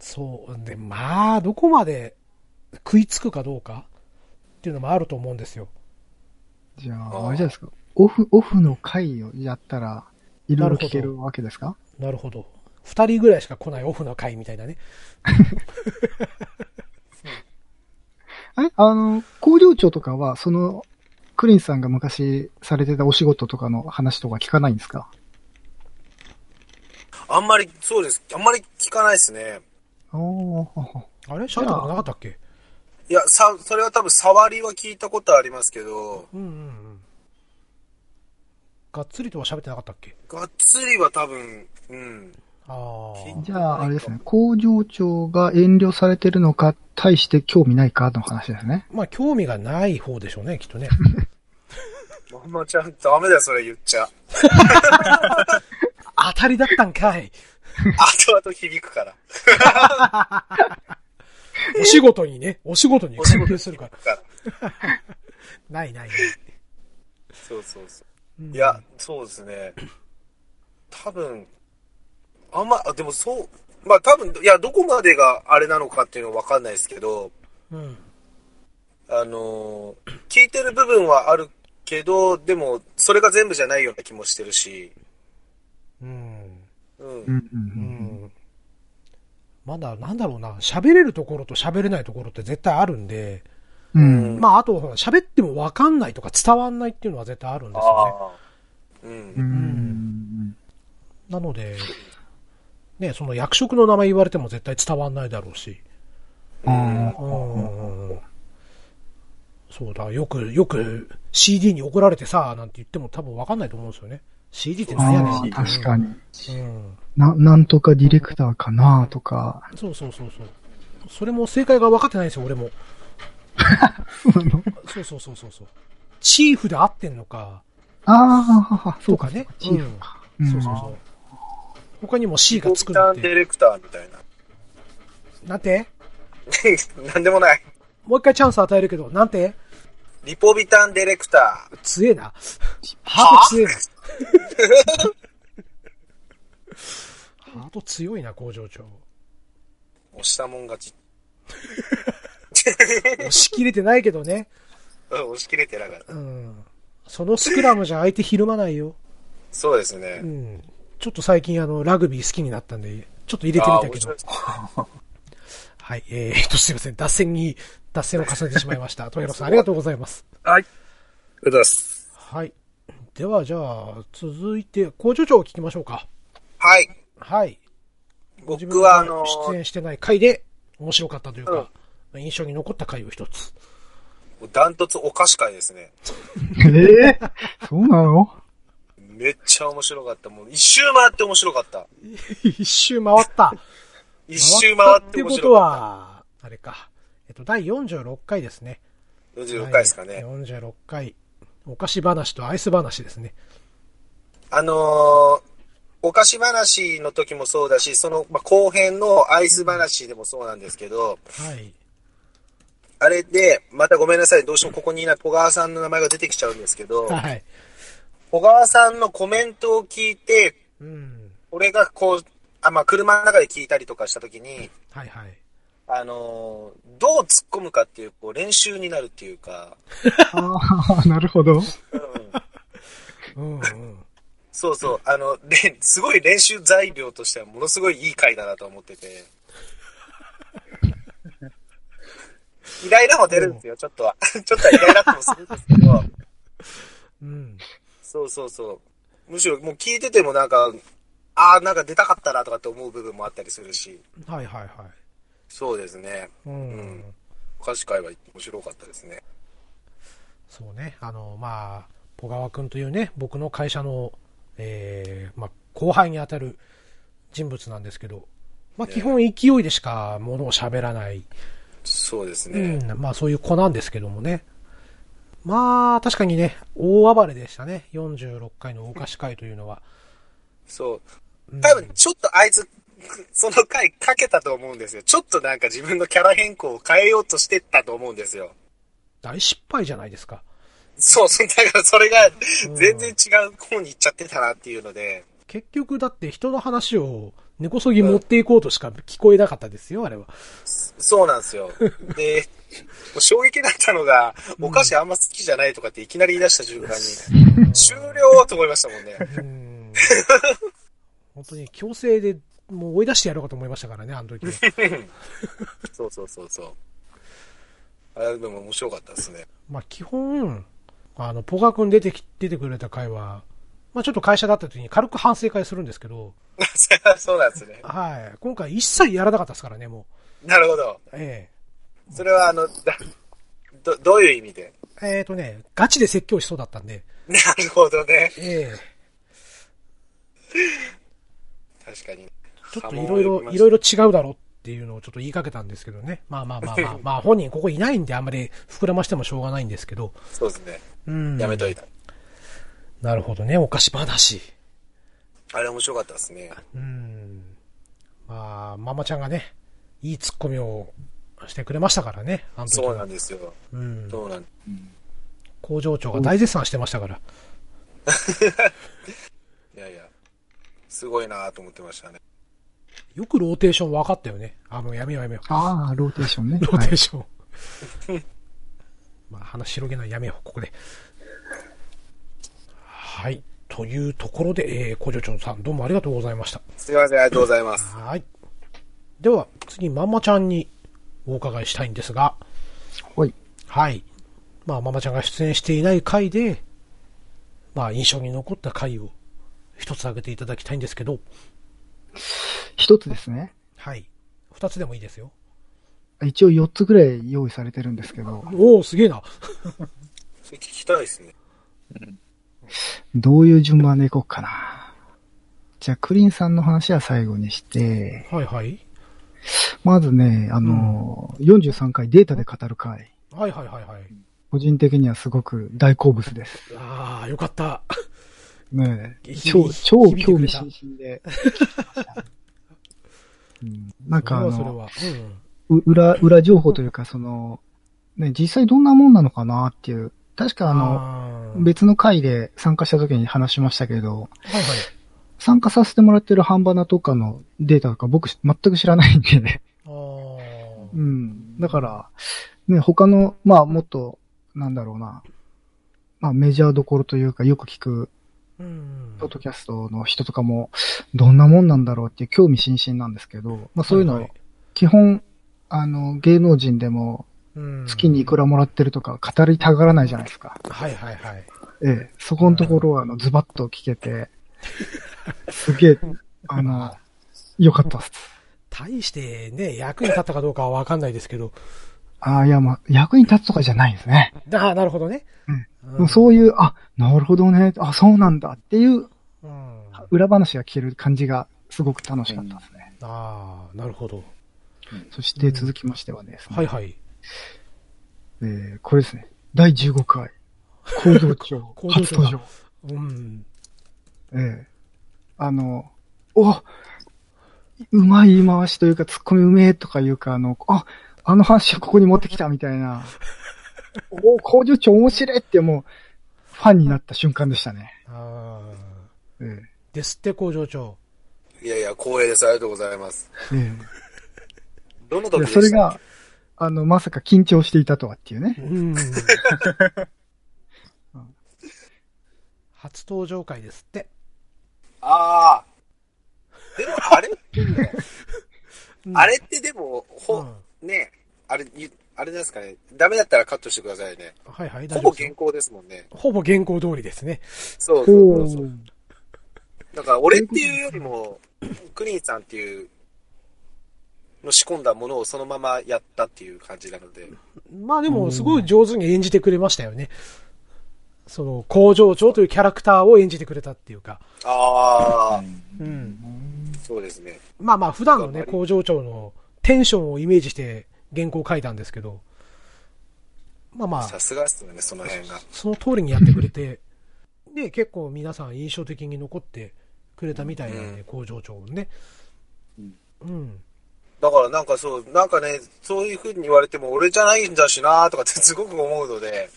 S4: そう。で、まあ、どこまで食いつくかどうかっていうのもあると思うんですよ。
S1: じゃあ、あれじゃないですか。オフ、オフの回をやったら、いろいろ聞けるわけですか
S4: なるほど。二人ぐらいしか来ないオフの会みたいなね。
S1: えあの、工場長とかは、その、クリンさんが昔されてたお仕事とかの話とか聞かないんですか
S2: あんまり、そうです。あんまり聞かないですね。
S1: おー
S4: あれ喋ったことなかったっけ
S2: いや、さ、それは多分、触りは聞いたことありますけど、
S4: うんうんうん。がっつりとは喋ってなかったっけ
S2: がっつりは多分、うん。
S4: ああ。
S1: じゃあ、あれですね、工場長が遠慮されてるのか、対して興味ないかの話ですね。
S4: まあ、興味がない方でしょうね、きっとね。
S2: まんまちゃん、ダメだよ、それ言っちゃ。
S4: 当たりだったんかい。
S2: 後々響くから。
S4: お仕事にね、お仕事に
S2: お仕事
S4: 関係するから。
S2: から
S4: ないないない。
S2: そうそうそう。
S4: うん
S2: いや、、そうですね。多分、あんま、あでもそう、まあ多分、いや、どこまでがあれなのかっていうのはわかんないですけど、
S4: うん。
S2: あのー聞いてる部分はあるけど、でも、それが全部じゃないような気もしてるし、
S4: うん。
S2: うん。
S1: うんうん
S4: う
S1: うん
S4: ん。まだ、なんだろうな、喋れるところと喋れないところって絶対あるんで、
S1: うん。
S2: うん
S4: まあ、あと、ほら喋ってもわかんないとか伝わんないっていうのは絶対あるんですよね。
S2: ああ。う。
S1: うんん。
S4: なので、ね、その役職の名前言われても絶対伝わんないだろうし。
S1: あー
S4: うん。そうだ、よく、よく CD に怒られてさ、なんて言っても多分わかんないと思うんですよね。CD って何やねん
S1: あ
S4: ってい
S1: ー、
S4: う。
S1: 確かに。
S4: うん。
S1: な、なんとかディレクターかなとか。
S4: そうそうそうそう。それも正解が分かってないんですよ、俺も。そうそうそうそうそう。チーフで合ってんのか、
S1: ああ、そ
S4: と
S1: うか
S4: かね。
S1: チーフか。
S4: うん
S1: ん
S4: そうそうそう。他にも C が
S2: コ
S4: つ
S2: ピ
S4: く
S2: タ
S4: のっ
S2: ンディ
S4: て。
S2: レクターみたいな。
S4: なんて
S2: なんでもない。
S4: もう一回チャンス与えるけど、なんて
S2: リポビタンディレクター。
S4: 強えな。ハート強 えな。ハート強いな、工場長。
S2: 押したもん勝ち。
S4: 押し切れてないけどね。
S2: うん押し切れてなかった。
S4: うん。そのスクラムじゃ相手ひるまないよ。
S2: そうですね
S4: う。ん。ちょっと最近あの、ラグビー好きになったんで、ちょっと入れてみ
S2: あー
S4: た
S2: 面
S4: け
S2: 白い
S4: ど
S2: で。す
S4: はい。えー、っと、すいません。脱線に、脱線を重ねてしまいました。トヘロさん、ありがとうございます。
S3: は
S2: あ
S3: い。
S2: りがとうございます。
S4: はい。では、じゃあ、続いて、工場長を聞きましょうか。
S2: はい。
S4: はい。
S2: 僕はあの
S4: 自分が出演してない回で、面白かったというか、印象に残った回を一つ。
S2: ダントツお菓子会ですね。
S1: ええ そうなの
S2: めっちゃ面白かった。もう一周回って面白かった。
S4: 一周回った。
S2: 一周回って
S4: 回った
S2: 面
S4: ってこ
S2: 白
S4: と
S2: かっ
S4: は、あれか。えっと、第46回ですね。
S2: た。46回ですか
S4: はい
S2: ね。
S4: 46回。お菓子話とアイス話ですね。
S2: あのー、お菓子話の時もそうだし、その、まあ、後編のアイス話でもそうなんですけど、
S4: はい。
S2: あれで、またごめんなさい、どうしてもここにいない小川さんの名前が出てきちゃうんですけど、
S4: はい。
S2: 小川さんのコメントを聞いて、
S4: うん。
S2: 俺がこう、あ、まあ、車の中で聞いたりとかした時に、
S4: はいはい。
S2: あのーどう突っ込むかっていう、こう、練習になるっていうか、
S1: あ あ、なるほど。
S2: うん
S4: うんうん。
S2: そうそう、あの、れすごい練習材料としてはものすごいいい回だなと思ってて。イライラも出るんですよ、ちょっとは。 ちょっとはイライラっともするんですけど、
S4: うん。
S2: そうそうそう。むしろもう聞いててもなんか、ああ、なんか出たかったなとかって思う部分もあったりするし。
S4: はいはいはい。
S2: そうですね。
S4: うん。
S2: うん歌詞会は面白かったですね。
S4: そうね。あの、まあ、小川くんというね、僕の会社の、えー、まあ、後輩にあたる人物なんですけど、まあ、基本勢いでしかものを喋らない、
S2: そうですね。
S4: うん、まあ、そういう子なんですけどもね。まあ、確かにね、大暴れでしたね。46回の大菓子会というのは。
S2: そう。
S4: うん
S2: 多分ちょっとあいつ、その回かけたと思うんですよ。ちょっとなんか自分のキャラ変更を変えようとしてったと思うんですよ。
S4: 大失敗じゃないですか。
S2: そう、 そうだからそれが
S4: うん
S2: 全然違う方に行っちゃってたなっていうので、
S4: 結局、だって人の話を根こそぎ持っていこうとしか聞こえなかったですよ、あれは。
S2: そうなんですよ。で、もう衝撃だったのが、お菓子あんま好きじゃないとかっていきなり言い出した瞬間に、終了と思いましたもんね。
S4: うん本当に強制でもう追い出してやろうかと思いましたからね、あの 時ね。
S2: そうそうそうそう。あれでも面白かったですね。
S4: まあ基本、あの、ポガ君出てき、出てくれた回は、まあちょっと会社だった時に軽く反省会するんですけど、
S2: そうなんですね。
S4: はい。今回一切やらなかったですからね、も
S2: なるほど。
S4: う。え
S2: それはあの、 だど、どういう意味で
S4: ええっ、とね、ガチで説教しそうだったんで、
S2: なるほどね。
S4: ええ
S2: 確かに。
S4: ちょっといろいろ、いろいろ違うだろうっていうのをちょっと言いかけたんですけどね。まあまあまあ まあ、まあ本人ここいないんであんまり膨らましてもしょうがないんですけど、
S2: そうですね。
S4: うん。
S2: やめといた。
S4: なるほどね、お菓子話。
S2: あれ面白かったですね。
S4: うん。まあ、ママちゃんがね、いいツッコミをしてくれましたからね、あの時
S2: そうなんですよ。
S4: うん。
S2: そうなん
S4: 工場長が大絶賛してましたから。
S2: いやいや。すごいなと思ってましたね。
S4: よくローテーション分かったよね。あ、もうやめようやめよう。
S1: ああ、ローテーションね。
S4: ローテ
S1: は
S4: ー
S1: い
S4: ション。 まあ、話広げないやめよう、ここで。はい。というところで、えー工場長さん、どうもありがとうございました。
S2: すいません、ありがとうございます。
S4: はい。では、次、まんまちゃんにお伺いしたいんですが、
S1: ほい。
S4: はい。まあ、ママちゃんが出演していない回で、まあ、印象に残った回を一つ挙げていただきたいんですけど、
S1: 一つですね。
S4: はい。二つでもいいですよ。
S1: 一応四つぐらい用意されてるんですけど、
S4: おお、すげえな。
S2: それ聞きたいですね。
S1: どういう順番でいこうかな。じゃあ、クリンさんの話は最後にして、
S4: はいはい。
S1: まずね、あの、43回データで語る回。
S4: はいはいはいはい。
S1: 個人的にはすごく大好物です。
S4: ああ、よかった。
S1: ねえ
S4: ひ
S1: 超、超
S4: 響いて
S1: 興
S4: くれ
S1: 味
S4: た
S1: 津々で。うんなん
S4: それ
S1: かあ
S4: はそれ
S1: の、
S4: は。うん。
S1: う裏、裏情報というか、その、ね、実際どんなもんなのかなっていう。確かあの、
S4: のはい
S1: 別の回で参加した時に話しましたけど、
S4: はい。
S1: 参加させてもらってるハンバナとかのデータとか僕全く知らないんでね。
S4: あー
S1: うん。だから、ね、他の、まあもっと、なんだろうな、まあメジャーどころというかよく聞く
S4: うん
S1: ポッドキャストの人とかも、どんなもんなんだろうっていう興味津々なんですけど、まあそういう
S4: は
S1: の
S4: は、
S1: 基本、あの、芸能人でも
S4: うん
S1: 月にいくらもらってるとか語りたがらないじゃないですか。
S4: はいはいはい。
S1: ええ、そこのところは、あの、ズバッと聞け て、すげえ、あの、よかったっす。
S4: 大してね、役に立ったかどうかはわかんないですけど。
S1: ああ、いや、まあ、役に立つとかじゃないですね。
S4: ああ、なるほどね。
S1: でもそういう、あ、なるほどね、あ、そうなんだっていう
S4: うん。うんあ
S1: 裏話が聞ける感じがすごく楽しかったですね。
S4: あ、なるほど。
S1: そして続きましてはですね、
S4: はいはい。
S1: えーこれですね、第15回、 工場長
S4: 工場長、
S1: 初登場。
S4: うん。
S1: ええあの、おうまい言い回しというか、ツッコミうめえとかいうか、あの、あ、あの話をここに持ってきたみたいな。おお、工場長面白いってもう、ファンになった瞬間でしたね。
S4: ああ。
S1: ええ
S4: ですって、工場長。
S2: いやいや、光栄です。ありがとうございます。
S1: え
S2: どの
S1: え
S2: 時で
S1: で
S2: した
S1: それが、あの、まさか緊張していたとはっていうね。
S4: うん。初登場会ですって。
S2: ああ。でも、あれ、
S4: うん
S2: あれってでも、
S4: う
S2: ほ、
S4: ん
S2: ね、あれ、ゆあれですかね。ダメだったらカットしてくださいね。
S4: はいはい、
S2: ほ
S4: 大丈
S2: ぼ
S4: 夫です
S2: 原稿ですもんね。
S4: ほぼ原稿通りですね。
S2: そうそう
S1: お
S2: そうそ
S1: ー
S2: う。だから、俺っていうよりも、クリーンさんっていう、の仕込んだものをそのままやったっていう感じなので。
S4: まあでも、すごい上手に演じてくれましたよね。その、工場長というキャラクターを演じてくれたっていうか。
S2: ああ、
S4: うん。
S2: そうですね。
S4: まあまあ、普段のね、
S2: 頑張り
S4: 工場長のテンションをイメージして原稿を書いたんですけど、まあまあ
S2: さ、すがっすよね、その辺が。
S4: その通りにやってくれて、で、結構皆さん印象的に残ってくれたみたいなんで、
S2: うん
S4: 工場長もね。うん。
S2: だからなんかそう、なんかね、そういう風に言われても俺じゃないんだしなーとかって すごく思うので、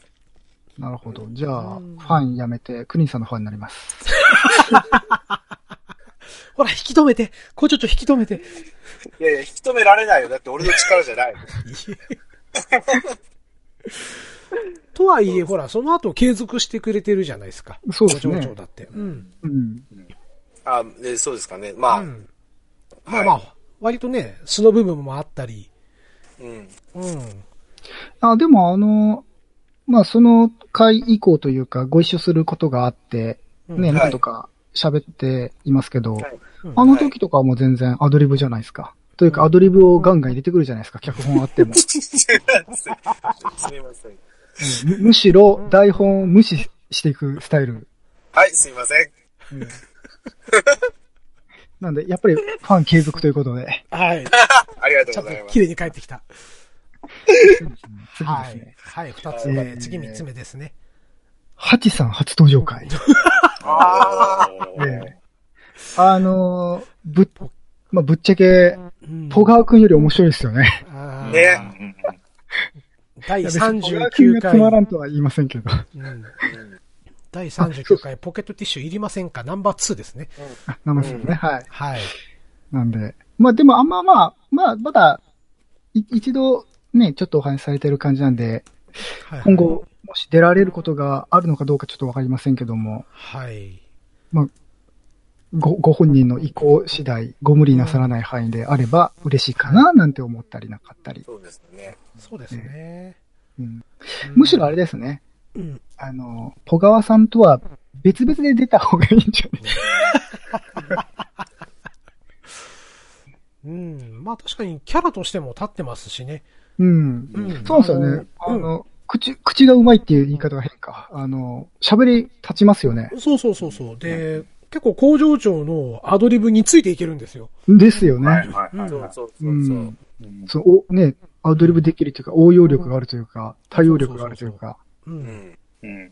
S1: なるほど。じゃあ、
S4: うん
S1: ファンやめて、クリンさんのファンになります。
S4: ほら、引き止めて工場長引き止めて
S2: いやいや、引き止められないよ。だって俺の力じゃない。
S4: とはいえ、ほら、その後継続してくれてるじゃないですか。
S1: そうですね
S4: 工場長だって。うん。
S1: うん。
S2: あ、えそうですかね。まあ、
S4: うんまあまあ、割とね、素の部分もあったり。
S2: うん。
S4: うん。
S1: あ、でもあの、まあ、その回以降というか、ご一緒することがあって、ね、
S4: うん
S1: 何度か喋っていますけど、
S2: はい
S1: あの時とかはもう全然アドリブじゃないですか。というか、アドリブをガンガン入れてくるじゃないですか、脚本あっても。
S2: すみません。
S1: むむしろ、台本を無視していくスタイル。
S2: はい、すみません。
S1: なんで、やっぱりファン継続ということで。
S4: はい。
S2: ありがと
S4: ちゃ
S2: うんご
S4: と
S2: ざいます
S4: 綺。麗に帰ってきた。
S1: 次ですね。
S4: はい。はい、二つ
S1: え
S4: 目。
S1: ー
S4: 次三つ目ですね。
S1: ハチさん初登場会。
S2: あ
S1: ええあのーぶっ、まあ、ぶっちゃけ、
S4: うん
S1: 戸川くんより面白いですよね。
S4: あー
S2: ね
S4: 第
S1: いや別に戸
S4: 39
S1: 川くんがつまら
S4: 回。
S1: んとは言いませんけど。
S4: うん第39回、ポケットティッシュいりませんかナンバー2ですね。
S1: あ生ですね。はい。
S4: はい。
S1: なんで。まあでもあんままあ、まあまだ、い一度ね、ちょっとお話しされてる感じなんで、
S4: はい
S1: 今後、もし出られることがあるのかどうかちょっとわかりませんけども、
S4: はい。
S1: ご、ご本人の意向次第、ご無理なさらない範囲であれば嬉しいかな、なんて思ったりなかったり。
S2: そうですね。
S4: そうですね。
S1: うんむしろあれですね。
S4: うん
S1: あの、小川さんとは別々で出た方がいいんじゃない
S4: うん。まあ確かにキャラとしても立ってますしね。
S1: うん。
S4: うん
S1: そうなんですよね。
S4: あ
S1: あ
S4: の
S1: の、口、口がうまいっていう言い方が変か。あの、喋り立ちますよね。
S4: そうそうそうそう。で、結構工場長のアドリブについていけるんですよ。
S1: ですよね。
S3: はいはいはい
S2: そう
S3: は
S2: そうそううそう。
S1: ん。そのお、ね、アドリブできるというか、応用力があるというか、対応力があるというか。
S4: う。
S2: うんん。
S3: い。うん。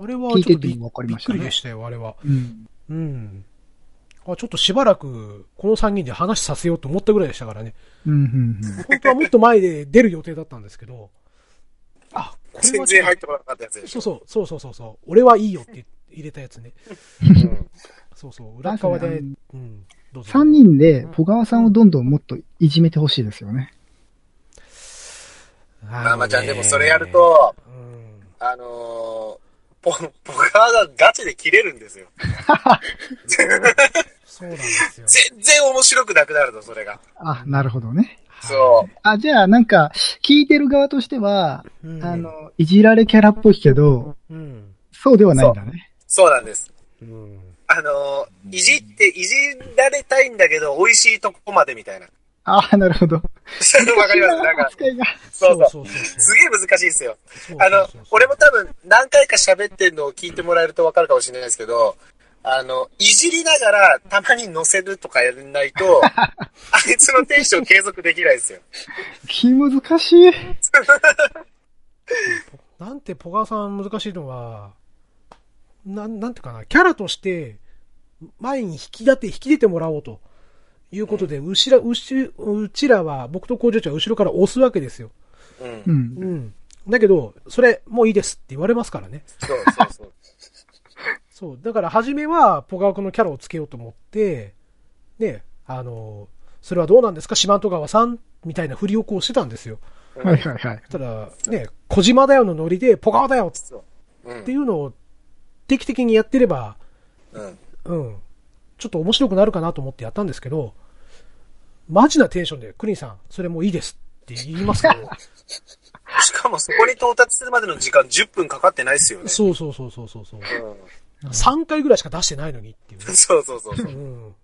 S4: あれは
S1: 聞いて
S4: ちょっと
S1: て
S4: び
S1: もわかり
S4: びっ
S1: ました
S4: く
S1: ね
S4: りでしたよ、あれは。
S1: うん。
S4: うん。あ、ちょっとしばらく、この3人で話させようと思ったぐらいでしたからね。
S1: うん、うん、うん。
S4: 本当はもっと前で出る予定だったんですけど、あ、これ
S2: 全
S4: は
S2: 然入ってこなかったやつでし
S4: そ
S2: ょ
S4: う。そう、そうそうそうそう。俺はいいよって入れたやつね。
S2: うん
S4: そうそう。裏側
S1: なん
S4: で
S1: かね、
S4: うん。どうぞ。
S1: 三人で、小川さんをどんどんもっといじめてほしいですよね。
S4: あのね。
S2: まあまあちゃん、でもそれやると、
S4: うん。
S2: あのー、ポ、ポカーがガチで切れるんですよ。
S4: そうなんですよ。
S2: 全然面白くなくなると、それが。
S1: あ、なるほどね。
S2: そ
S1: あ、じゃあなんか、聞いてる側としては、
S4: うん
S1: あ、の、いじられキャラっぽいけど、
S4: うん。
S1: そうではないんだね。
S2: う。そうなんです。
S4: うん。
S2: あのー、いじって、いじられたいんだけど、美味しいとこまでみたいな。
S1: あなるほど。わ
S2: わかりますなんか、
S1: 扱いが。
S2: そうそう。
S4: そうそう
S2: すげえ難しいですよ。
S4: そう。
S2: あの
S4: そうそうそう、
S2: 俺も多分何回か喋ってんのを聞いてもらえるとわかるかもしれないですけど、あの、いじりながらたまに乗せるとかやらない と、あいつのテンション継続できないですよ。
S1: 気難しい。
S4: なんて、ポガさん難しいのは、なん、なんていうかな、キャラとして、前に引き立て、引き出てもらおうと。いうことで、うしら、うし、うちらは、僕と工場長は後ろから押すわけですよ。
S2: うん
S1: う。ん。
S4: うん。だけど、それ、もういいですって言われますからね。
S2: そうそうそう。
S4: そう。だから、初めは、ポガ君のキャラをつけようと思って、ね、あの、それはどうなんですか四万十川さんみたいな振りをこうしてたんですよ。
S1: はいはいはい。
S4: ただ、ね、小島だよのノリで、ポガだよ
S2: う
S4: って
S2: ん。
S4: いうのを定期的にやってれば、
S2: うん。
S4: うん、ちょっと面白くなるかなと思ってやったんですけど、マジなテンションで、クリンさん、それもういいですって言いますけ ど、
S2: しかもそこに到達するまでの時間10分かかってないっすよね。
S4: そうそうそうそうそうそう、
S2: うん
S4: 3回ぐらいしか出してないのにっていう、ね。
S2: そうそうそうそう。
S4: うん。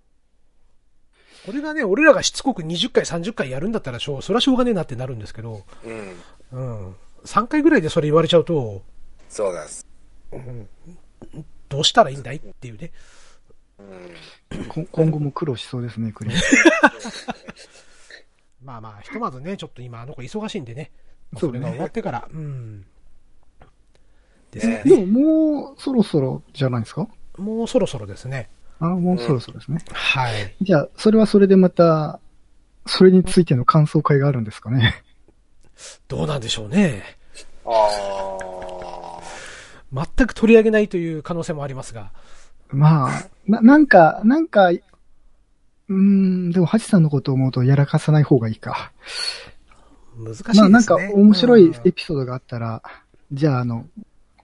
S4: これがね、俺らがしつこく20回、30回やるんだったらしょう、それはしょうがねえなってなるんですけど、
S2: うん。
S4: うん。3回ぐらいでそれ言われちゃうと、
S2: そうなんです。
S4: どうしたらいいんだいっていうね。
S2: うん。
S1: こ今後も苦労しそうですね、クリン。
S4: まあまあ、ひとまずね、ちょっと今、あの子忙しいんでね。まあ
S1: そ
S4: そう
S1: ね
S4: れが終わってから。うん。です
S2: ね
S4: ね。
S1: でももうそろそろじゃないですか
S4: もうそろそろですね。
S1: あもうそろそろですね。
S4: はい。
S1: じゃあ、それはそれでまた、それについての感想会があるんですかね。
S4: どうなんでしょうね。
S2: ああ。
S4: 全く取り上げないという可能性もありますが。
S1: まあ、な、なんか、なんか、うーん、でも、ハチさんのことを思うとやらかさない方がいいか。
S4: 難しいですね。
S1: まあ、なんか面白
S4: う
S1: い
S4: ん
S1: エピソードがあったら、じゃあ、あの、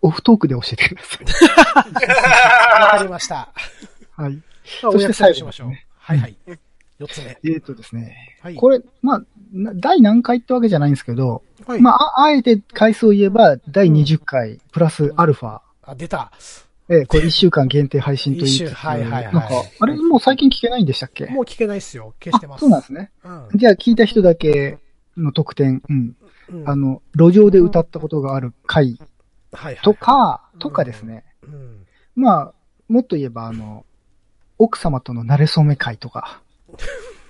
S1: オフトークで教えてくだ さい。
S4: わかりました。
S1: はい。
S4: そ
S1: そし
S4: し
S1: てて
S4: 最
S1: 最
S4: 後
S1: 後
S4: しましょう
S1: ですね。
S4: はいはい。四つ目。
S1: えー、とですね。
S4: はい。
S1: これ、まあ、な第何回ってわけじゃないんですけど、
S4: はい
S1: まあ、ああえて回数を言えば、第20回、プラスアルファ。
S4: あ、出た。
S1: えーこれ1週間限定配信と言いつ
S4: 一
S1: つ
S4: 週はいはいはい
S1: なんか、あれ、もう最近聞けないんでしたっけ
S4: もう聞けないっすよ。消してま
S1: あ
S4: す。
S1: そうなんですね。
S4: うん
S1: じゃあ、聞いた人だけの特典、うん。
S4: うん。
S1: あの、路上で歌ったことがある回
S4: はいはい。
S1: とか、とかですね。
S4: うん。
S1: まあ、もっと言えば、あの、奥様との馴れ初め会とか。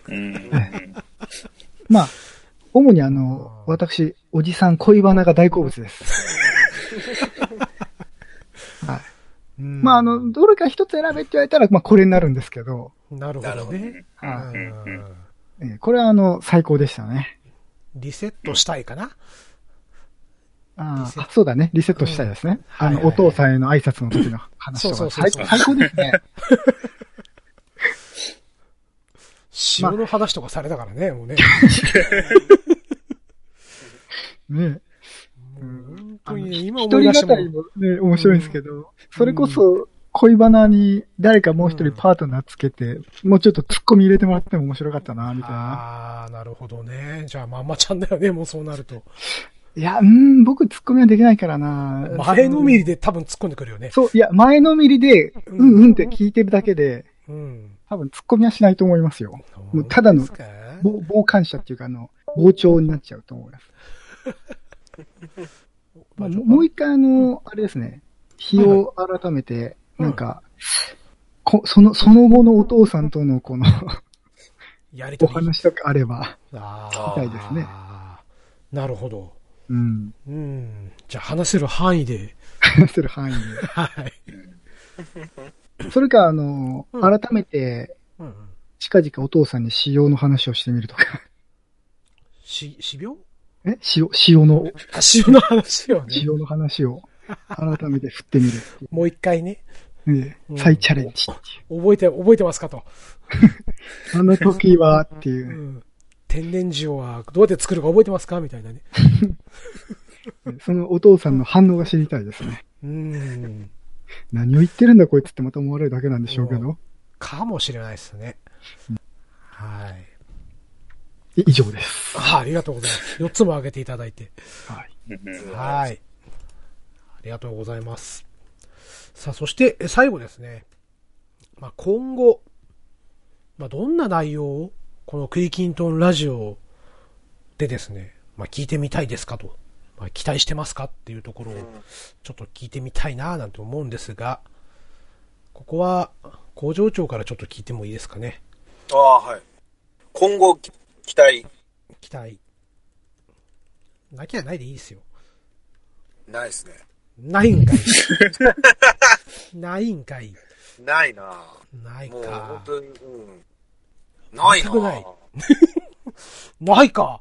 S3: うん。
S1: まあ、主にあの、私、おじさん恋バナが大好物です。 はい。
S4: うん
S1: まあ、あの、、どれか一つ選べって言われたら、まあ、これになるんですけど、
S4: なるほ
S2: なる
S4: ど
S2: ほど
S4: ね
S2: ね。
S1: は
S4: うん
S1: い。えーこれはあの、最高でしたね。
S4: リセットしたいかな。
S1: あ
S4: リセ
S1: ーあ、そうだね。リセットしたいですね。
S4: うん
S1: あの、
S4: はいはいはい
S1: お父さんへの挨拶の時の話と
S4: そう
S1: か。
S4: そうそ
S1: 最
S4: うそう
S1: 最高です ね。
S4: 塩の話とかされたからね、 もうね。
S1: ねえ
S4: 本
S1: あ
S4: 当
S1: の
S4: にね、
S1: 一
S4: 今
S1: 人
S4: 思い出して
S1: 語
S4: も、
S1: りもね、面白いんですけど、それこそ恋バナに誰かもう一人パートナーつけて、もうちょっとツッコミ入れてもらっても面白かったな、みたいな。
S4: あー、なるほどね。じゃあ、まんまちゃんだよね、もうそうなる と。
S1: いや、うーん、僕ツッコミはできないからな。
S4: 前のめりで多分突っ込んでくるよね。
S1: そう、いや、前のめりで、
S4: ん
S1: うんうんって聞いてるだけで、
S4: うん。
S1: 多分ツッコミはしないと思いますよ。もうただの
S4: そうですか
S1: 傍傍観者っていうか、あの、傍聴になっちゃうと思います。まあ、もうもう一回あの、あれですね、日を改めて、
S4: うん
S1: なんか、こその、その後のお父さんとの この
S4: やりと
S1: お
S4: り。
S1: 話とかあれば、
S4: あ
S2: 聞
S4: あ。
S2: き
S1: たいですね
S4: なるほど。
S1: うん、
S4: うん。じゃあ、話せる範囲で。
S1: 話せる範囲
S4: はい。
S1: で。それか、あの、
S4: うん
S1: 改めて、
S4: うん。
S1: 近々お父さんに使用の話をしてみるとか。
S4: し、死病
S1: え塩、塩の、
S4: 塩の話をね、
S1: 塩の話を改めて振ってみる。
S4: もう一回ね、
S1: ね
S4: うん
S1: 再チャレンジって
S4: 覚えて、覚えてますかと。
S1: いう。あの時はっていうう、
S4: ん天然塩はどうやって作るか覚えてますかみたいなね。
S1: ねそのお父さんの反応が知りたいですね。
S4: うん。
S1: 何を言ってるんだこいつってまた思われるだけなんでしょうけど。
S4: かもしれないですね。はい。
S1: い以上です。
S4: あありがとうございます。4つも挙げていただいて。
S1: はい。
S4: はい。ありがとうございます。さあ、そして、え最後ですね。まあ、今後、まあ、どんな内容を、このクイキントンラジオでですね、まあ、聞いてみたいですかと、まあ、期待してますかっていうところを、ちょっと聞いてみたいなぁなんて思うんですが、ここは、工場長からちょっと聞いてもいいですかね。
S2: ああ、はい。今後、期待、
S4: 期待。なきゃないでいいですよ。
S2: ないですね。
S4: な いんかい。ないんかい。
S2: ないなぁ
S4: ない
S2: もう、本
S4: か。
S2: 当に、うん。ないな
S4: 全く
S2: ぁ
S4: ないないか。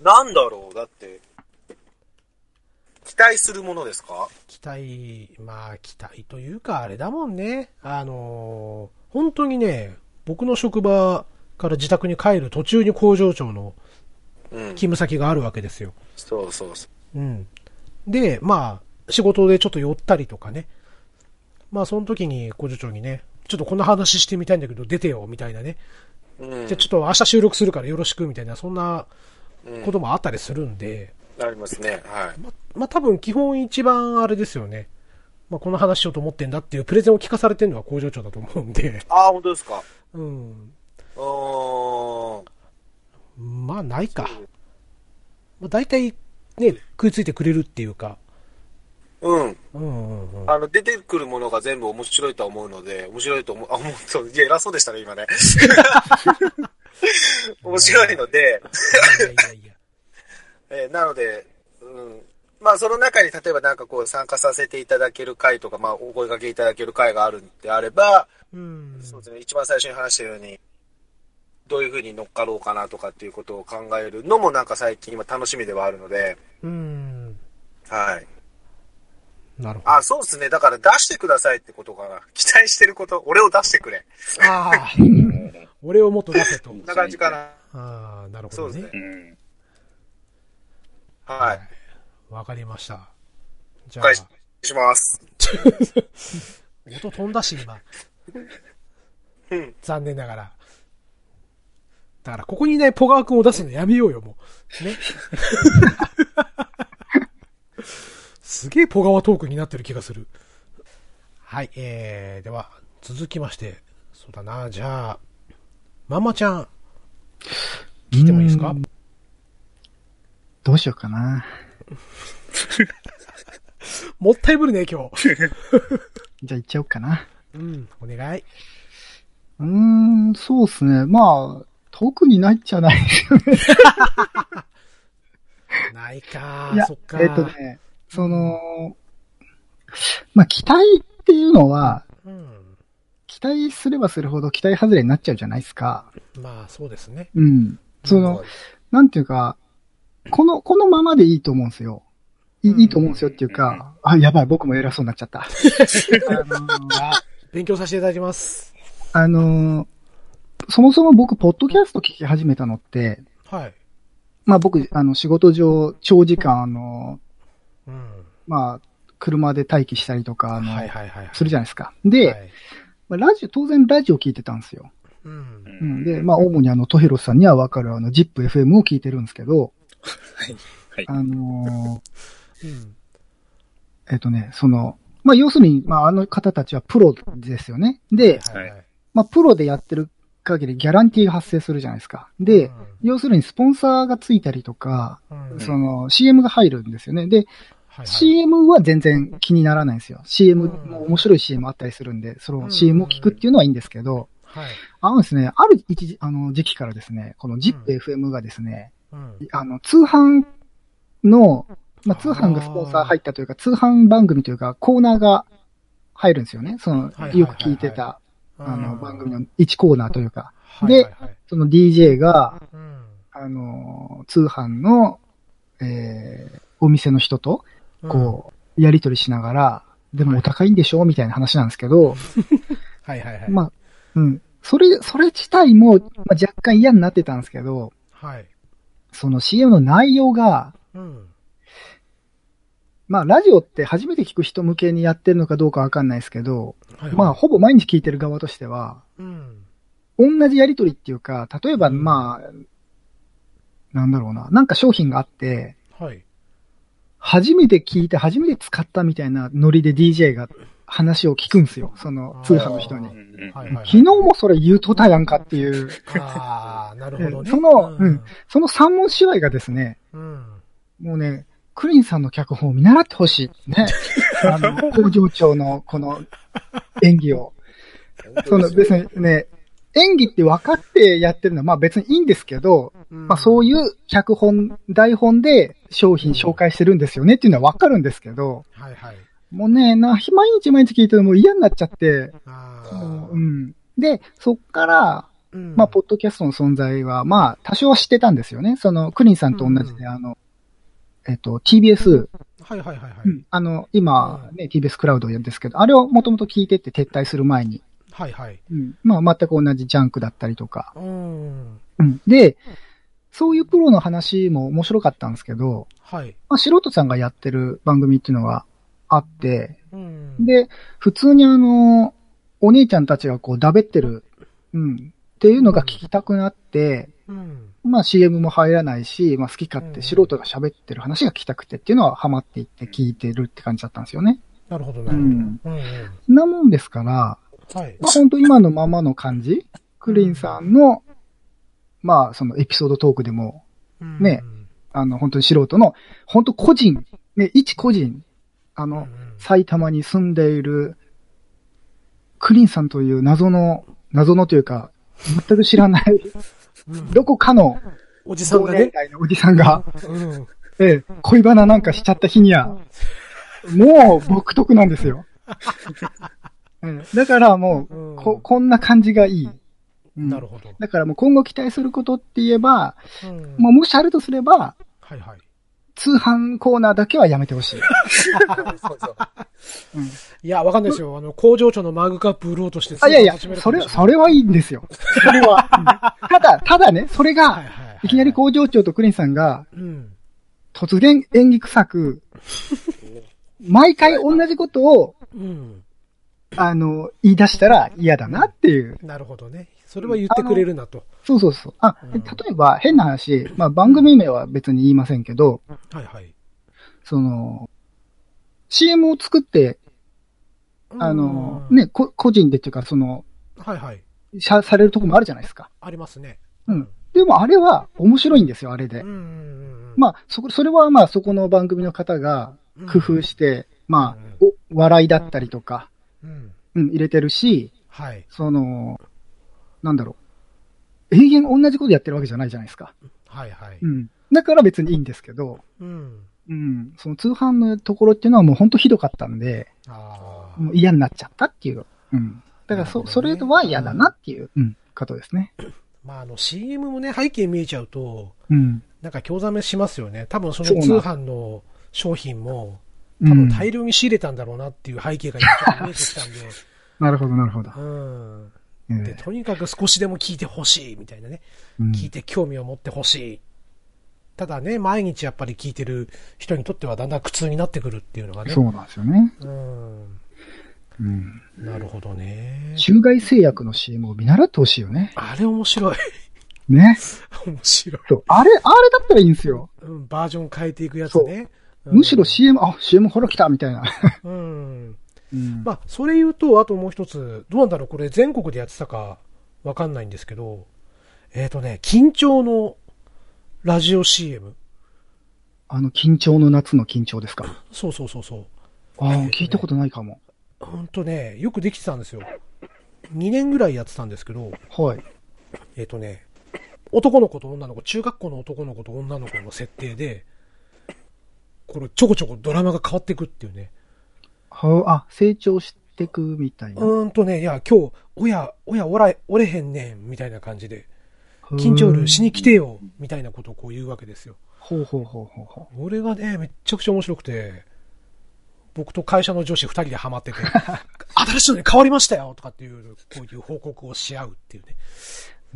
S2: なんだろうだって、期待するものですか
S4: 期待、まあ期待というかあれだもんね。あのー本当にね、僕の職場から自宅に帰る途中に工場長の
S2: うん。
S4: 勤務先があるわけですよ。
S2: そうそうそう。
S4: うん。で、まあ、仕事でちょっと寄ったりとかね。まあ、その時に工場長にね、ちょっとこんな話してみたいんだけど出てよ、みたいなね。
S2: うん
S4: じゃあちょっと明日収録するからよろしく、みたいな、そんな
S2: うん
S4: こともあったりするんで、
S2: ありますね。はい。
S4: ま、まあ、多分基本一番あれですよね。まあ、この話しようと思ってんだっていうプレゼンを聞かされてるのは工場長だと思うんで、
S2: ああ、本当ですか。
S4: うん。
S2: うーん。
S4: まあ、ないか。まあ、大体、ね、食いついてくれるっていうか、
S2: うん。
S4: うんうんうん。
S2: あの、出てくるものが全部面白いとは思うので、面白いと思う、あ、思うそう、いや、偉そうでしたね、今 ね。面白いので、
S4: いやいやいや。
S2: えーなので、うん。まあ、その中に、例えばなんかこう、参加させていただける会とか、まあ、お声掛けいただける会があるんであれば、
S4: うん。
S2: そうですね、一番最初に話したように、どういうふうに乗っかろうかなとかっていうことを考えるのもなんか最近今楽しみではあるので、
S4: うん。
S2: はい。
S4: なるほど。
S2: あ、そうですね。だから出してくださいってことかな。期待してること、俺を出してくれ。
S4: ああ、俺をもっと出せと
S2: こん。な感じかな。
S4: ああ、なるほ
S2: そ
S4: ど
S2: うです
S4: ね
S2: ね。
S3: うん。
S2: はい。
S4: わかりました。じ
S2: お
S4: ゃあ
S2: 返、しします。
S4: 音飛んだし、今。
S2: うん。
S4: 残念ながら。だから、ここにいないポガー君を出すのやめようよ、もう。ね。すげえポガワトークになってる気がする。はい、えー、では、続きまして、そうだな、じゃあ、ママちゃん、聞いてもいいですか
S1: うんどうしようかな。
S4: もったいぶるね、今
S1: じ
S4: 日。
S1: ゃあ行っちゃおうかな。
S4: うん、お願い。
S1: うーん、そうですね。まあ、特にないっちゃないですよね。
S4: ないか
S1: いや
S4: そっか
S1: えっとね、その、まあ期待っていうのは、
S4: うん。
S1: 期待すればするほど期待外れになっちゃうじゃないですか。
S4: まあ、そうですね。
S1: うん。その、なんていうか、この、このままでいいと思うんですよ。い
S4: うん
S1: いいと思うんですよっていうか、あ、やばい、僕も偉そうになっちゃ った。あのー
S4: あ、勉強させていただきます。
S1: あのーそもそも僕、ポッドキャスト聞き始めたのって、
S4: はい。
S1: まあ僕、あの、仕事上、長時間、あの
S4: うん。
S1: まあ、車で待機したりとか、あの、
S4: はいはいはい。
S1: するじゃないですか。で、
S4: はい、
S1: まあラジオ、当然ラジオ聞いてたんですよ。
S4: うん。
S1: う
S3: うん
S1: ん。で、まあ、主にあの、トヘロスさんにはわかるあの、ZIPFM を聞いてるんですけど、
S3: はい。はい。
S1: あの
S4: うん。
S1: ーえっとね、その、まあ、要するに、まあ、あの方たちはプロですよね。で、
S4: はいはい。
S1: まあ、プロでやってる限りギャランティーが発生するじゃないですか。で、要するにスポンサーがついたりとか、
S4: うん、うん
S1: その CM が入るんですよね。で、
S4: はいはい
S1: CM は全然気にならないんですよ。CM も面白い CM あったりするんで、そ
S4: うん
S1: の CM を聞くっていうのはいいんですけど、
S4: はい。
S1: あのですね、ある一時、あの時期からですね、この ZIPFM がですね、
S4: うん。
S1: あの、通販の、まあ、
S4: あー
S1: 通販がスポンサー入ったというか、通販番組というか、コーナーが入るんですよね。その
S4: はいはいはい、はい
S1: よく聞いてた、あの、番組の1コーナーというか、
S4: はいはいはい、
S1: その DJ が、
S4: うん。
S1: あの、通販の、えーお店の人と、
S4: うん
S1: こう、やりとりしながら、でもお高いんでしょみたいな話なんですけど、
S4: はいはいはい。
S1: まあ、うん。それ、それ自体も、まあ、若干嫌になってたんですけど、
S4: はい。
S1: その CM の内容が、
S4: うん。
S1: まあ、ラジオって初めて聞く人向けにやってるのかどうかわかんないですけど、
S4: はいはい
S1: まあ、、ほぼ毎日聞いてる側としては、
S4: うん。
S1: 同じやりとりっていうか、例えば、
S4: うん
S1: まあ、なんだろうな、なんか商品があって、
S4: はい。
S1: 初めて聞いて、初めて使ったみたいなノリで DJ が話を聞くんですよ、その通販の人に
S4: あー。
S3: うん
S4: はいはいはい。
S1: 昨日もそれ言うとったやんかっていう、
S4: ああ、なるほど ね。
S1: その
S4: うん。
S1: その三問芝居がですね、
S4: うん。
S1: もうね、クリンさんの脚本を見習ってほしい。 ね。あの、工場長のこの演技を。その別にね、演技って分かってやってるのはまあ別にいいんですけど、まあそう
S4: い
S1: いう脚本、台本で商品紹介してるんですよねっていうのは分かるんですけど、
S4: うん。はいはい。
S1: もうね、な、毎日毎日聞いてるのもう嫌になっちゃって、
S4: あ
S1: も
S4: あ
S1: う、うん。で、そっから、
S4: うん
S1: まあ、ポッドキャストの存在は、まあ、多少は知ってたんですよね。その、クリンさんと同じで、
S4: うん
S1: あの、えっと、TBS、
S4: はいはいはいは
S1: う
S4: い。
S1: んあの、今、ね、TBS クラウドやるんですけど、あれをもともと聞いてって撤退する前に、
S4: はいはい。
S1: まあ、全く同じジャンクだったりとか、
S4: うん。
S1: うんで、そういうプロの話も面白かったんですけど、
S4: はい。
S1: まあ、素人さんがやってる番組っていうのがあって、
S4: うん。、
S1: で、普通にあの、お姉ちゃんたちがこう、だべってる、うん、っていうのが聞きたくなって、
S4: うん。
S1: まあ CM も入らないし、まあ好き勝
S4: う
S1: 手
S4: ん
S1: 素人が喋ってる話が聞きたくてっていうのはハマっていって聞いてるって感じだったんですよね。
S4: なるほどな
S1: う
S4: るほど。
S1: ん。
S4: うんうん。
S1: なもんですから、ま
S4: はい。
S1: あ本当今のままの感じ、クリンさんの、まあそのエピソードトークでも、
S4: うん
S1: ねあの本当に素人の、本当個人、ね、一個人、あ
S4: うんう
S1: の、
S4: ん
S1: 埼玉に住んでいる、クリンさんという謎の、謎のというか、全く知らない、
S4: うん
S1: どこかの
S4: おじさん
S1: 同
S4: が
S1: 年
S4: ね。
S1: 代のおじさんが、
S4: うん。
S1: ええ、恋バナなんかしちゃった日には、もう、独特なん ですよ。ええだからもう、
S4: うん
S1: こ、こんな感じがいい。うん
S4: なるほど。
S1: だからもう今後期待することって言えば、
S4: うん
S1: まあ、もしあるとすれば、
S4: はいはい。
S1: 通販コーナーだけはやめてほ しい。
S2: そう そう
S4: いや、わかんないですよ。あの、工場長のマグカップ売ろうとして、
S1: あ、いやいや、
S4: 始める
S1: そ
S4: かも
S1: れ、
S4: しない
S1: それはいいんですよ。それは。 うんただ、ただね、それ
S4: はい
S1: が、
S4: はいはい。
S1: いきなり工場長とクリンさんが、
S4: う。うん。
S1: 突然演技臭 く、毎回同じことを、
S4: うん。
S1: あの、言い出したら嫌だなっていう。
S4: なるほどね。それは言ってくれるなと。
S1: そうそうそう。あ、
S4: うん
S1: 例えば変な話、まあ番組名は別に言いませんけど、
S4: はいはい。
S1: その、CM を作って、あの、ね、こ個人でっていうか、その、
S4: はいはい。
S1: しゃされるとこもあるじゃないですか。
S4: ありますね。
S1: うん。でもあれは面白いんですよ、あれで
S4: うん。うんうん。
S1: まあ、そこ、それはまあそこの番組の方が工夫して、まあ、お笑いだったりとか、
S4: うん。
S1: うん、入れてるし、
S4: はい。
S1: その、なんだろう。永遠同じことやってるわけじゃないじゃないですか。
S4: はいはい。
S1: うん。だから別にいいんですけど、
S4: うん。
S1: うん、その通販のところっていうのはもう本当ひどかったんで、
S4: ああ。
S1: もう嫌になっちゃったっていう。うん。だからそ、
S4: なるほ
S1: そ
S4: どね
S1: れは嫌だなっていう、うん、ことですね。
S4: まあ、あの、CM もね、背景見えちゃうと、
S1: うん。
S4: なんか興ざめしますよね。多分その
S1: そうなん
S4: 通販の商品も、
S1: う
S4: 多
S1: ん
S4: 分、大量に仕入れたんだろうなっていう背景が今ちょっと見えてきた んで、
S1: なるほど、なるほど。
S4: うん。
S1: え
S4: で、
S1: え
S4: とにかく少しでも聞いてほしいみたいなね。
S1: うん
S4: 聞いて興味を持ってほしい。ただね、毎日やっぱり聞いてる人にとってはだんだん苦痛になってくるっていうのがね。
S1: そうなんですよね。
S4: うん。
S1: うん。
S4: なるほどね。
S1: 中外製薬の CM を見習ってほしいよね。
S4: あれ面白い。
S1: ね。
S4: 面白い。
S1: そう。あれ、あれだったらいいんですよ。
S4: うん、バージョン変えていくやつね。うん
S1: むしろ CM、あ、CM ほら来たみたいな。
S4: うん。
S1: うん
S4: まあ、それ言うと、あともう一つ、どうなんだろう、これ全国でやってたかわかんないんですけど、えっ、とね、緊張のラジオ CM。
S1: あの、緊張の夏の緊張ですか。
S4: そうそうそうそう。
S1: ああ、聞いたことないかも。
S4: ほんとね、よくできてたんですよ。2年ぐらいやってたんですけど、
S1: はい。
S4: えっ、とね、男の子と女の子、中学校の男の子と女の子の設定で、これちょこちょこドラマが変わっていくっていうね。
S1: はあ、成長してくみたいな。
S4: うーんとね、いや、今日、おや、おや、おら、おれへんねん、みたいな感じで、緊張るしに来てよ、みたいなことをこう言うわけですよ。
S1: はほうほうほうほうほ
S4: 俺がね、めっちゃくちゃ面白くて、僕と会社の女子二人でハマっ てて、新しいのに変わりましたよとかっていう、こういう報告をし合うっていうね。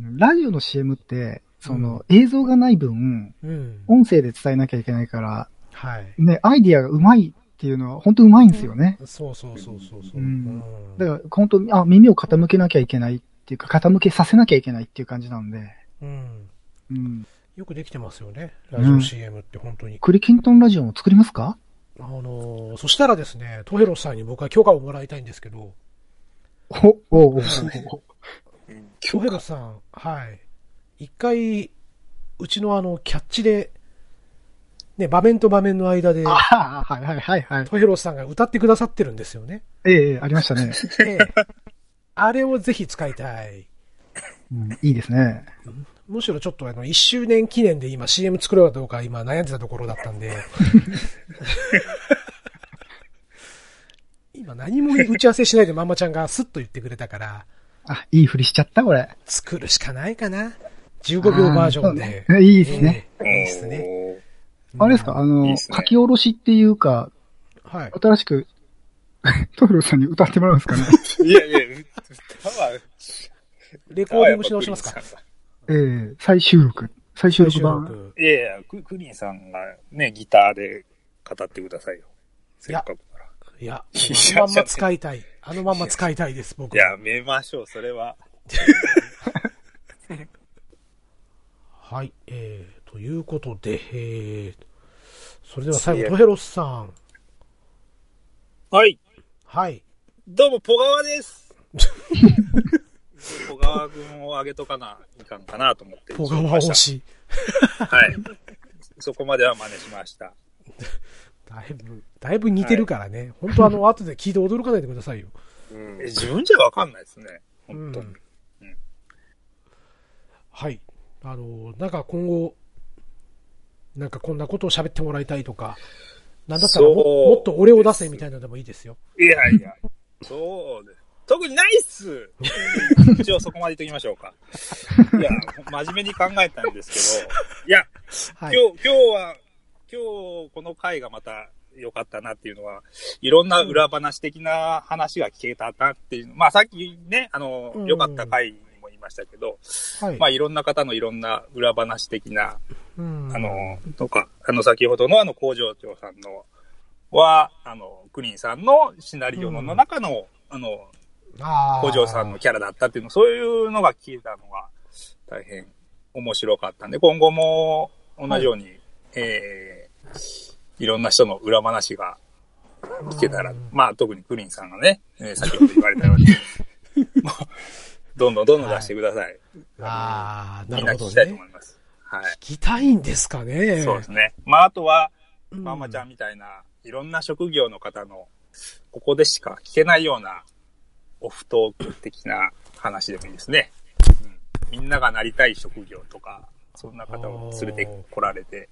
S1: う。ラジオの CM って、その、映像がない分、
S4: うん。
S1: 音声で伝えなきゃいけないから、
S4: はい。
S1: ね、アイディアがうまいっていうのは、本当うまいんですよね。
S4: そうそうそうそうそう。
S1: うん
S4: うん
S1: だから、本当に、あ、耳を傾けなきゃいけないっていうか、傾けさせなきゃいけないっていう感じなんで、
S4: うん。
S1: うん。
S4: よくできてますよね。ラジオ CM って本当に。
S1: クリキントンラジオも作りますか
S4: あのー、そしたらですね、トヘロスさんに僕は許可をもらいたいんですけど、
S1: お、お、お、お、
S4: トヘロスさん、はい。一回、うちのあの、キャッチで、ね、場面と場面の間で、
S1: ああ、はいはいはいはい。
S4: トヘロスさんが歌ってくださってるんですよ ね。
S1: ええええ、ありましたね。
S4: ええあれをぜひ使いたい。
S1: うん、いいですね。
S4: むしろちょっとあの、1周年記念で今 CM 作ろうかどうか今悩んでたところだった んで。今何も打ち合わせしないでまんまちゃんがスッと言ってくれたから、
S1: あ、いいふりしちゃった、これ。
S4: 作るしかないかな。15秒バージョンで。
S1: あーそうねいいですね。
S4: ええいいですね。
S3: ね。
S1: あれですか、あの、
S3: いいっすね
S1: 書き下ろしっていうか、
S4: はい。
S1: 新しく、 トフロさんに歌ってもらうんです かね。
S3: いやいや、歌は、
S4: レ
S3: 歌
S4: コー
S3: はや
S4: ディン
S3: っ
S4: グ
S3: ぱ
S4: し直しますか
S3: クリー
S1: え
S3: ンさんが
S1: え再収録。再収録
S4: 収
S1: 版。
S4: 録。
S3: いやいや、ククリーンさんがね、ギターで語ってくださいよ。せっかくなら。
S4: いや、あのまんま使いたい。あのまんま使いたいです、僕は。
S3: やめましょう、それは。
S4: はい、えー、ということで、えー、それでは最
S3: い
S4: 後、
S3: や
S4: トヘロスさん。
S3: はい。
S4: はい。
S3: どうも、ポガワです。ポガワ君をあげとかないかんかなと思って。
S4: ポガワ推。し。
S3: はい。そこまでは真似しました。
S4: だいぶ、だいぶ似てるからね。本当あの、後で聞いて驚かないでくださいよ。
S2: うん
S3: え自分じゃわかんないですね。本当に。うん
S4: はい。あの、なんか今後、なんかこんなことを喋ってもらいたいとか、なんだったらも
S3: そう
S4: もっと俺を出せみたいなのでもいいですよ。
S3: いやいや、そうです。特にないっ す一応そこまで言っときましょうか。いや、真面目に考えたんですけど、いや、
S4: はい。
S3: 今日、今日は、今日この回がまた良かったなっていうのは、いろんな裏話的な話が聞けたなっていう、まあさっきね、あの
S4: うん、
S3: 良かった回にも言いましたけど、
S4: はい。
S3: まあいろんな方のいろんな裏話的な、
S4: うん
S3: あ、の、とか、あの先ほどのあの工場長さんのは、あの、クリーンさんのシナリオの中の、あの、
S4: あー
S3: 工場さんの。キャラだったっていうの、そういうのが聞いたのが大変面白かったんで、今後も同じように、えーいろんな人の裏話が聞けたら、まあ特にクリンさんがね、えー先ほど言われたよう に、もうどんどんどんどん出してください。
S4: ああ、な
S3: みんな
S4: る
S3: 聞
S4: ほ
S3: きた
S4: ど
S3: いと
S4: ね
S3: 思。います。はい。
S4: 聞きたいんですかね。
S3: そうですね。まああとは、
S4: うん
S3: ママちゃんみたいな、いろんな職業の方の、ここでしか聞けないような、オフトーク的な話でもいいですね。うん、みんながなりたい職業とか、そんな方を連れてこられ て、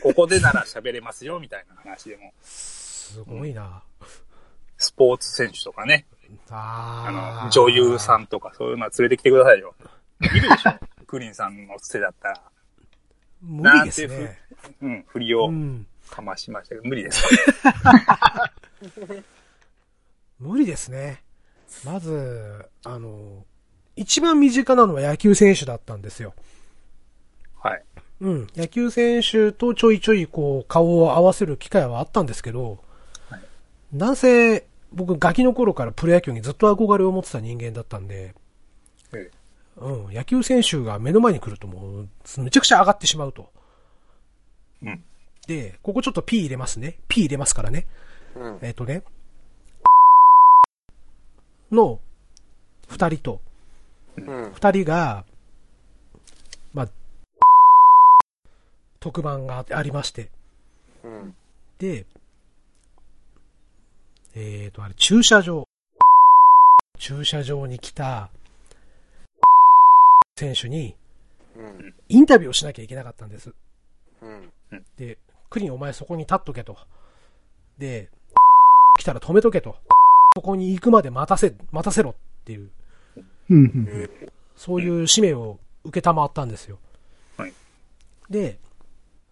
S3: ここでなら喋れますよ、みたいな話でも、
S4: すごいな。
S3: スポーツ選手とかね、
S4: あ
S3: あ
S4: あ。
S3: の、女優さんとかそういうのは連れてきてくださいよ。いるで しょクリンさんの世だったら、
S4: 無理で
S3: な
S4: す
S3: んて
S4: ね。
S3: うん、振り
S4: う
S3: を
S4: ん。
S3: かましましたけど、無理ですか
S4: 無理ですね。まず、あの、一番身近なのは野球選手だったんですよ。
S3: はい。
S4: うん。野球選手とちょいちょいこう、顔を合わせる機会はあったんですけど、
S3: はい
S4: なんせ、僕、ガキの頃からプロ野球にずっと憧れを持ってた人間だったんで、
S3: え
S4: うん。野球選手が目の前に来るともう、めちゃくちゃ上がってしまうと。
S3: うん
S4: で、ここちょっと P 入れますね。P 入れますからね。
S2: うん
S4: えっ、とね、の二人と、
S2: うん
S4: 二人が、まあ、特番がありまして、
S2: うん
S4: で、えっ、と、あれ、駐車場。駐車場に来た、選手に
S2: うん
S4: インタビューをしなきゃいけなかったんです。
S2: うん
S4: で、クリンお前そこに立っとけと。で、 来たら止めとけと。 そこに行くまで待たせ、待たせろっていう、
S1: うん、うん。
S4: そういう使命を受けたまったんですよ。
S3: はい
S4: で、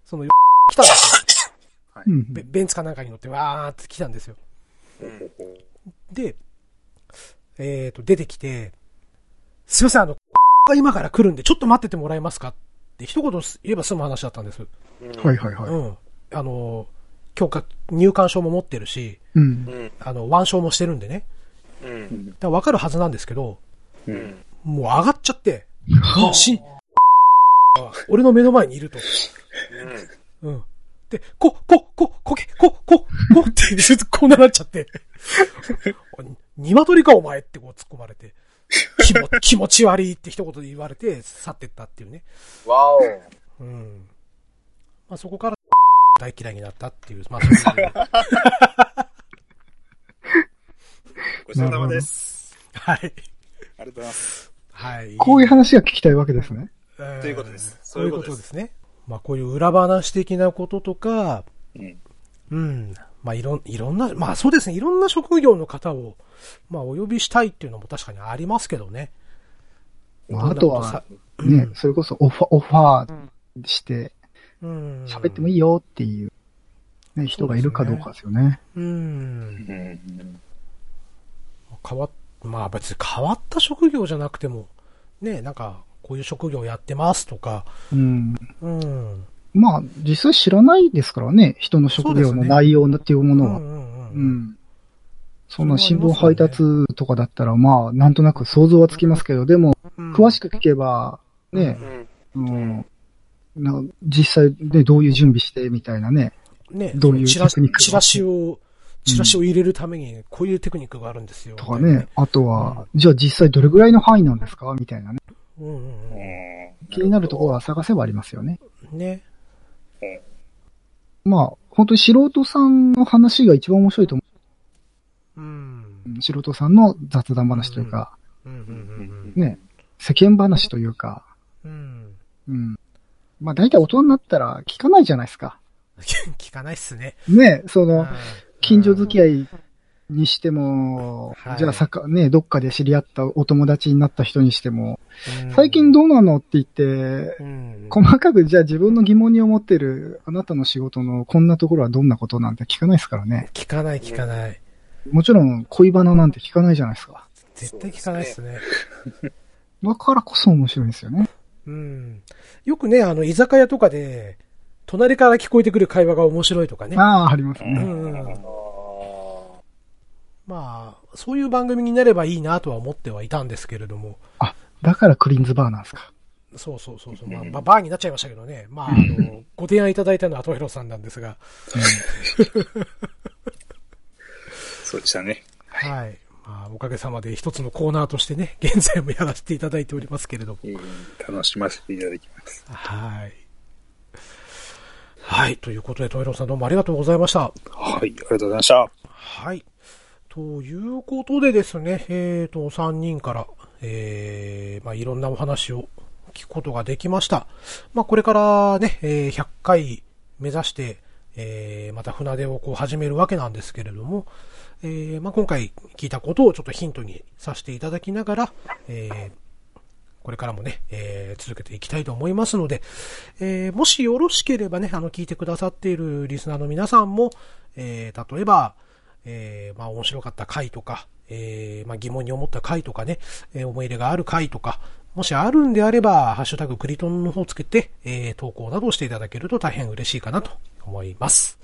S4: その、 来たんですよ。
S1: うん。
S4: ベベンツかなんかに乗ってわーって来たんですよ。
S2: うん。
S4: で、えっ、と、出てきて、すいません、あの、 が今から来るんで、ちょっと待っててもらえますかって一言す言えば済む話だったんです。
S1: はいはいは
S4: う
S1: い。
S4: ん。あの、許可、入館証も持ってるし、
S1: うん。
S2: うん。
S4: あの、腕章もしてるんでね。
S2: うん。
S4: だから分かるはずなんですけど、
S2: うん。
S4: もう上がっちゃって、もうし、 俺の目の前にいると。 うん。で、こ、こ、こ、こけ、こ、こ、こって、 ずっとこんななっちゃって。 お鶏かお前ってこう突っ込まれて。 気も気持ち悪いって一言で言われて去ってったっていうね。
S2: わお。
S4: うん。まあそこから 大嫌いになったっていう、まあそういう
S3: ごちそうさまです。
S4: はい。
S3: ありがとうございます。
S4: はい。
S1: こういう話が聞きたいわけですね。
S4: ん
S3: ということです
S4: そういうことですね。まあこういう裏話的なこととか、
S3: うん。
S4: うん。まあ、いろん、いろんな、まあそうですね、いろんな職業の方を、まあお呼びしたいっていうのも確かにありますけどね。
S1: まああとは、
S4: うん
S1: ね、それこそオファー、オファーして、
S4: うん。
S1: 喋っても
S4: い
S1: いいよっていう、ね、人がいるかどうかですよね。
S4: うん。
S3: うん。
S4: 変わっ、まあ別に変わった職業じゃなくても、ね、なんか、こういう職業やってますとか、
S1: うん。
S4: うん。
S1: まあ、実際知らないですからね、人の職業の内容っていうも
S4: う
S1: のは。
S4: んう
S1: う
S4: んうん。
S1: ん。そんな新聞配達とかだったら、まあ、なんとなく想像はつきますけど、でも、
S4: うん
S1: 詳しく聞けば、ね
S2: う、ん。
S1: うん、な実際ね、どういう準備してみたいなね。
S4: ね、
S1: どういう
S4: チラシ
S1: テクニックが
S4: チラシを、チラシを入れるために、こういうテクニックがあるんですよ。
S1: とか
S4: み
S1: ね、あと
S4: うん
S1: は、じゃあ実際どれぐらいの範囲なんですかみたいなね。
S4: たいなね。うんうんうん。
S1: 気になるところは探せばありますよね。
S4: ね。
S1: まあ、本当に素人さんの話が一番面白いと思
S4: うん。
S1: う。素人さんの雑談話というか、
S4: うんうんうん
S1: ね、世間話というか、
S4: うん。うん。
S1: うん。まあ大体大人になったら聞かないじゃないですか。
S4: 聞かないっすね。
S1: ね、その、近所
S4: づ
S1: 付き合いにしても、
S4: はい
S1: じゃあさか、ね、どっかで知り合ったお友達になった人にしても、
S4: うん
S1: 最近どうなのって言って、
S4: うん
S1: 細かくじゃあ自分の疑問に思ってるあなたの仕事のこんなところはどんなことなんて聞かないですからね。
S4: 聞かない聞かない。
S1: もちろん恋バナなんて聞かないじゃないですか。
S4: 絶対聞かないっすね。
S1: だからこそ面白いんですよね。
S4: うん。よくね、あの、居酒屋とかで、隣から聞こえてくる会話が面白いとかね。
S1: ああ、あります
S4: う
S1: ね。
S4: んうんうん。
S2: あー
S4: まあ、そういう番組になればいいなとは思ってはいたんですけれども。
S1: だからクリーンズバーなんですか。
S4: そうそうそうそう。まあ、まあバーになっちゃいましたけどね。まあ、あの、ご提案いただいたのはトヘロさんなんですが。
S3: そうでしたね。
S4: はい。まあ、おかげさまで一つのコーナーとしてね、 現在もやらせていただいておりますけれども。
S3: うん楽しませていただきます。
S4: はい。はい。ということで、トヘロさんどうもありがとうございました。
S3: はい、ありがとうございました。
S4: はい。ということでですね、えー、と、3人から、えー、まあ、いろんなお話を聞くことができました。まあ、これからね、えー100回目指して、えー、また船出をこう始めるわけなんですけれども、えー、まあ、今回聞いたことをちょっとヒントにさせていただきながら、えー、これからもね、えー続けていきたいと思いますので、えーもしよろしければね、あの、聞いてくださっているリスナーの皆さんも、えー例えば、えーまあ、面白かった回とか、えーまあ、疑問に思った回とかね、えー思い入れがある回とか、もしあるんであれば、ハッシュタグクリトンの方つけて、えー投稿などをしていただけると大変嬉しいかなと思います。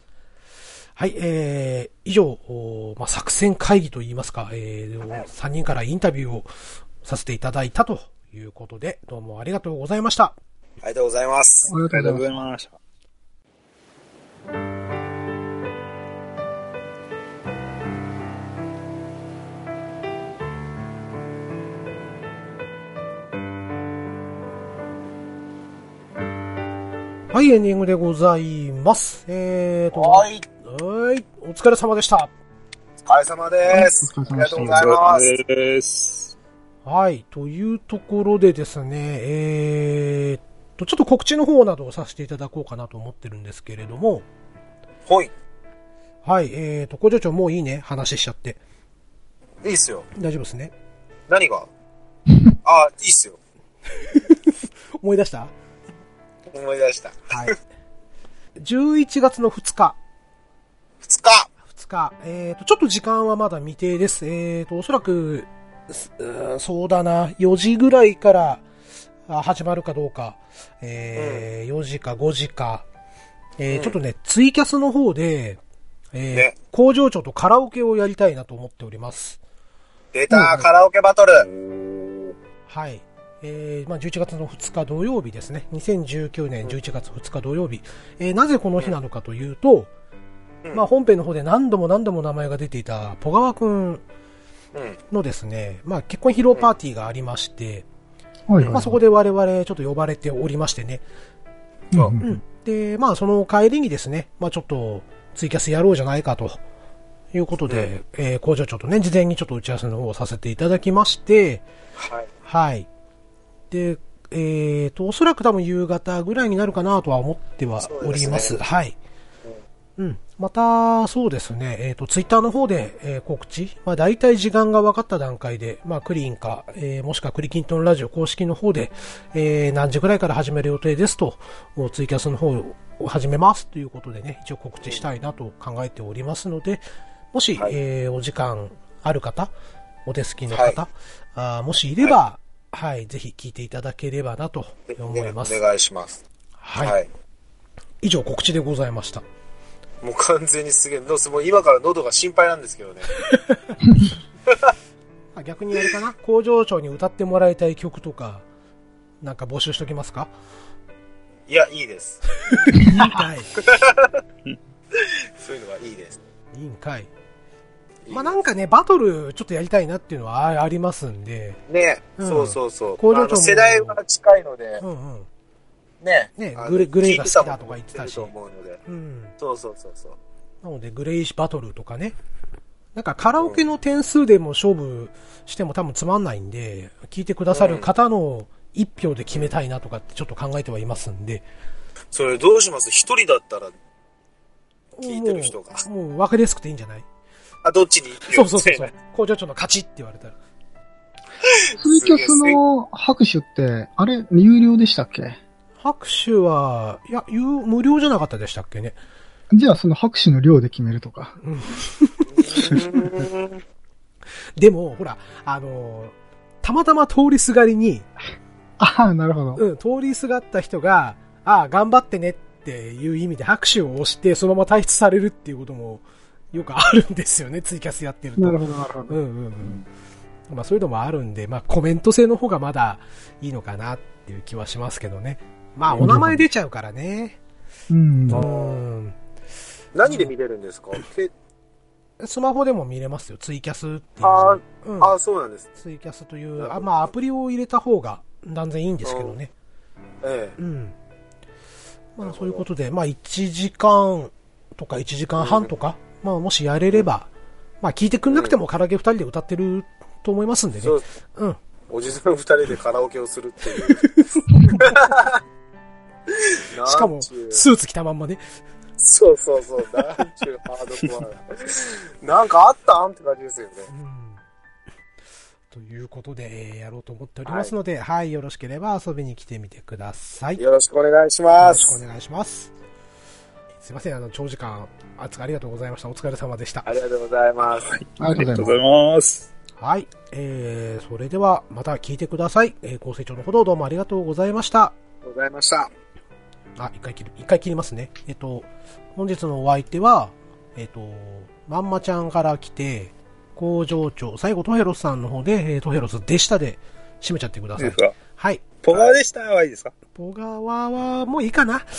S4: はい、えー、以上、おーまあ、作戦会議といいますか、えー、3人からインタビューをさせていただいたということで、どうもありがとうございました。
S2: ありがとうございます。
S1: ありが
S3: あ
S1: と
S3: り
S1: う
S3: がと
S1: ご
S3: うご
S1: ざ
S3: ざ
S1: い
S3: いました。
S4: はい、エンディングでございます。えーと、
S2: は
S4: はい
S2: い。
S4: ーい、お疲れ様でした。
S2: お疲れ様です。
S1: お
S2: あ
S1: 疲
S2: り
S1: れ様で
S2: が
S1: した
S2: とうございます。
S3: お疲れ様です。
S4: はい、というところでですね、えーっと、ちょっと告知の方などをさせていただこうかなと思ってるんですけれども、
S2: ほい。い
S4: はい、えーっと、工場長もういいね、話しちゃって。
S2: いっすよ。
S4: 大丈夫ですね。
S2: 何があー、いいっすよ。
S4: 思い出した
S2: 思い出した。
S4: はい。 11月の2日、
S2: 2日
S4: 2日、えっ、と、ちょっと時間はまだ未定です。えっ、と、おそらく、すうーそうだな、4時ぐらいからあ始まるかどうか、えー4時か5時か、えー
S2: うん
S4: ちょっとね、ツイキャスの方で、えー
S2: ね
S4: 工場長とカラオケをやりたいなと思っております。
S2: 出
S4: うん
S2: た、
S4: うん
S2: カラオケバトル。
S4: はい。えーまあ、11月の2日土曜日ですね。2019年11月2日土曜日。えーなぜこの日なのかというと、
S2: うん
S4: まあ、本編の方で何度も何度も名前が出ていた、小川くん
S2: うん。
S4: のですね、まあ、結婚披露パーティーがありまして、
S1: はいはい。
S4: まあ、そこ
S1: で。
S4: で我々ちょっと呼ばれておりましてね。
S1: うんう
S4: うんん。で、まあ、その帰りにですね、まあ、ちょっとツイキャスやろうじゃないかと。いうことで、えー工場長とね、事前にちょっと打ち合わせの方をさせていただきまして、
S2: はい。
S4: はい。で、えっ、と、おそらく多分夕方ぐらいになるかなとは思ってはおります。
S2: そうですね
S4: はい。うん。また、そうですね。えっ、と、ツイッターの方で、えー告知。まあ、大体時間が分かった段階で、まあ、クリーンか、えーもしくはクリキントンラジオ公式の方で、えー何時ぐらいから始める予定ですと、もうツイキャスの方を始めますということでね、一応告知したいなと考えておりますので、もし、
S2: はい
S4: えーお時間ある方、お手すきの方、
S2: はい
S4: あーもしいれば、はい、ぜひ聞いていただければなと思います。
S2: お願いします。
S4: はい、
S2: はい。
S4: 以上告知でございました。
S2: もう完全にすげえ。どうすもう今から喉が心配なんですけどね。
S4: あ逆にあれかな工場長に歌ってもらいたい曲とか、なんか募集しときますか
S2: いや、いいです。
S4: いいんかい。
S2: そういうのはいいです。
S4: いいんかい。まあなんかね、バトルちょっとやりたいなっていうのはあありますんで、
S2: ね、
S4: うん
S2: そうそうそう。
S4: 工場長も
S2: あの世代は近いので
S4: う、んうん。
S2: ね。
S4: ね
S2: あの
S4: グレグレーが好きだ
S2: 聞いても
S4: とか言ってたし
S2: と思うので。
S4: うん。
S2: そうそうそうそう。
S4: なので、グレイシバトルとかね。なんかカラオケの点数でも勝負しても多分つまんないんで、聞いてくださる方の一票で決めたいなとかってちょっと考えてはいますんで。
S2: それどうします一人だったら、聞いてる人が
S4: もう、もう分かりやすくていいんじゃない
S2: あ、どっちに行く
S4: そうそうそうそう
S2: み。
S4: 工場長の勝ちって言われたら。
S1: ツイキャスの拍手って、あれ、有料でしたっけ
S4: 拍手は、いや、有無料じゃなかったでしたっけね。
S1: じゃあその拍手の量で決めるとか。
S2: たいなうーん
S4: でも、ほら、あのーたまたま通りすがりに、
S1: ああ、なるほど。
S4: うん、通りすがった人が、ああ、頑張ってねっていう意味で拍手を押して、そのまま退出されるっていうこともよくあるんですよね、ツイキャスやってると。
S1: なるほど、なるほ
S4: う
S1: ど。
S4: んうんうん。まあそういうのもあるんで、まあコメント制の方がまだいいのかなっていう気はしますけどね。まあお名前出ちゃうからね。
S1: うん。
S4: うん。
S2: 何で見れるんですかけ
S4: スマホでも見れますよ、ツイキャスっていう。
S2: あー
S4: うん、
S2: あ、そうなんです。
S4: ツイキャスという、あまあアプリを入れた方が断然いいんですけどね。
S2: ええ。
S4: うん。まあそういうことで、まあ1時間とか1時間半とか、まあもしやれれば、まあ聞いてくんなくてもカラオケ2人で歌ってると思いますんでね
S2: そ。う、
S4: うん。
S2: おじさん二人でカラオケをする っていう。
S4: しかも、
S2: そ
S4: スーツ着たまんまね。
S2: うそうそう、なんちゅうハードコアな。なんかあったんって感じですよね。
S4: うん。ということで、えーやろうと思っておりますので、はい、よろしければ遊びに来てみてください。よ
S2: よろしくお願いしま
S4: ろしく
S2: す。
S4: お願いします。すいません、あの、長時間、あつありがとうございました。お疲れ様でした。
S2: ありがとうございます。
S1: ありがとうございます。
S3: います。
S4: はい。えー、それでは、また聞いてください。えー、ご清聴のほどどうもありがとうございました。
S2: ありがとうございました。
S4: あ、一回切る、一回切りますね。えっと、本日のお相手は、えっと、まんまちゃんから来て、工場長、最後トヘロスさんの方で、えートヘロスでしたで締めちゃってくだ
S3: いい
S4: さ
S3: で
S4: い
S3: す。か
S4: はい。
S3: ポガでしたはいいですか
S4: ポガワは、もういいかな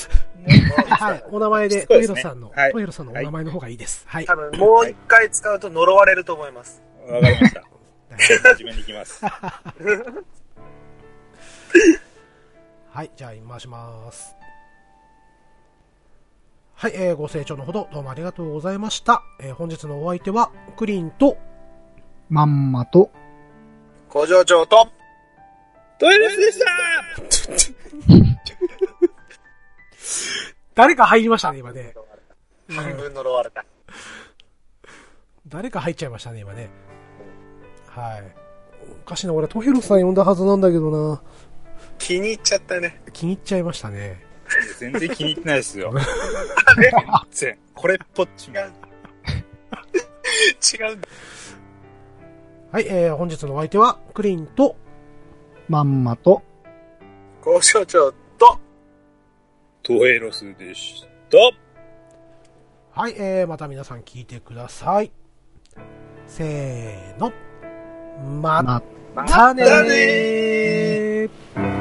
S4: はい。お名前で、
S3: そう
S4: ト
S3: で
S4: ヘ
S3: す
S4: ロ
S3: ね
S4: スさんの、
S3: はい
S4: トヘロスさんのお名前の方がいいです。はい。
S2: 多分、もう一回使うと呪われると思います。
S3: わかりました。真面目に行きます。
S4: はい。じゃあ、回します。はい。えー、ご清聴のほど、どうもありがとうございました。えー、本日のお相手は、クリーンと、
S1: まんまと、
S2: 工場長と、
S3: トイレでした
S4: 誰か入りましたね、今ね。
S2: 半分呪われた。
S4: 誰か入っちゃいましたね、今ね。はい。おかしいな、俺、トヘロさん呼んだはずなんだけどな。
S2: 気に入っちゃったね。
S4: 気に入っちゃいましたね。
S3: 全然気に入ってないですよ。全然。これっぽっちも。
S2: 違うんだ。
S4: はい、えー、本日のお相手は、クリンと、
S1: まんまと、
S2: 工場長と、
S3: トヘロスでした。
S4: はい、えー、また皆さん聞いてください。せーの。ま
S1: ま
S4: たねー。
S2: だねー
S4: えー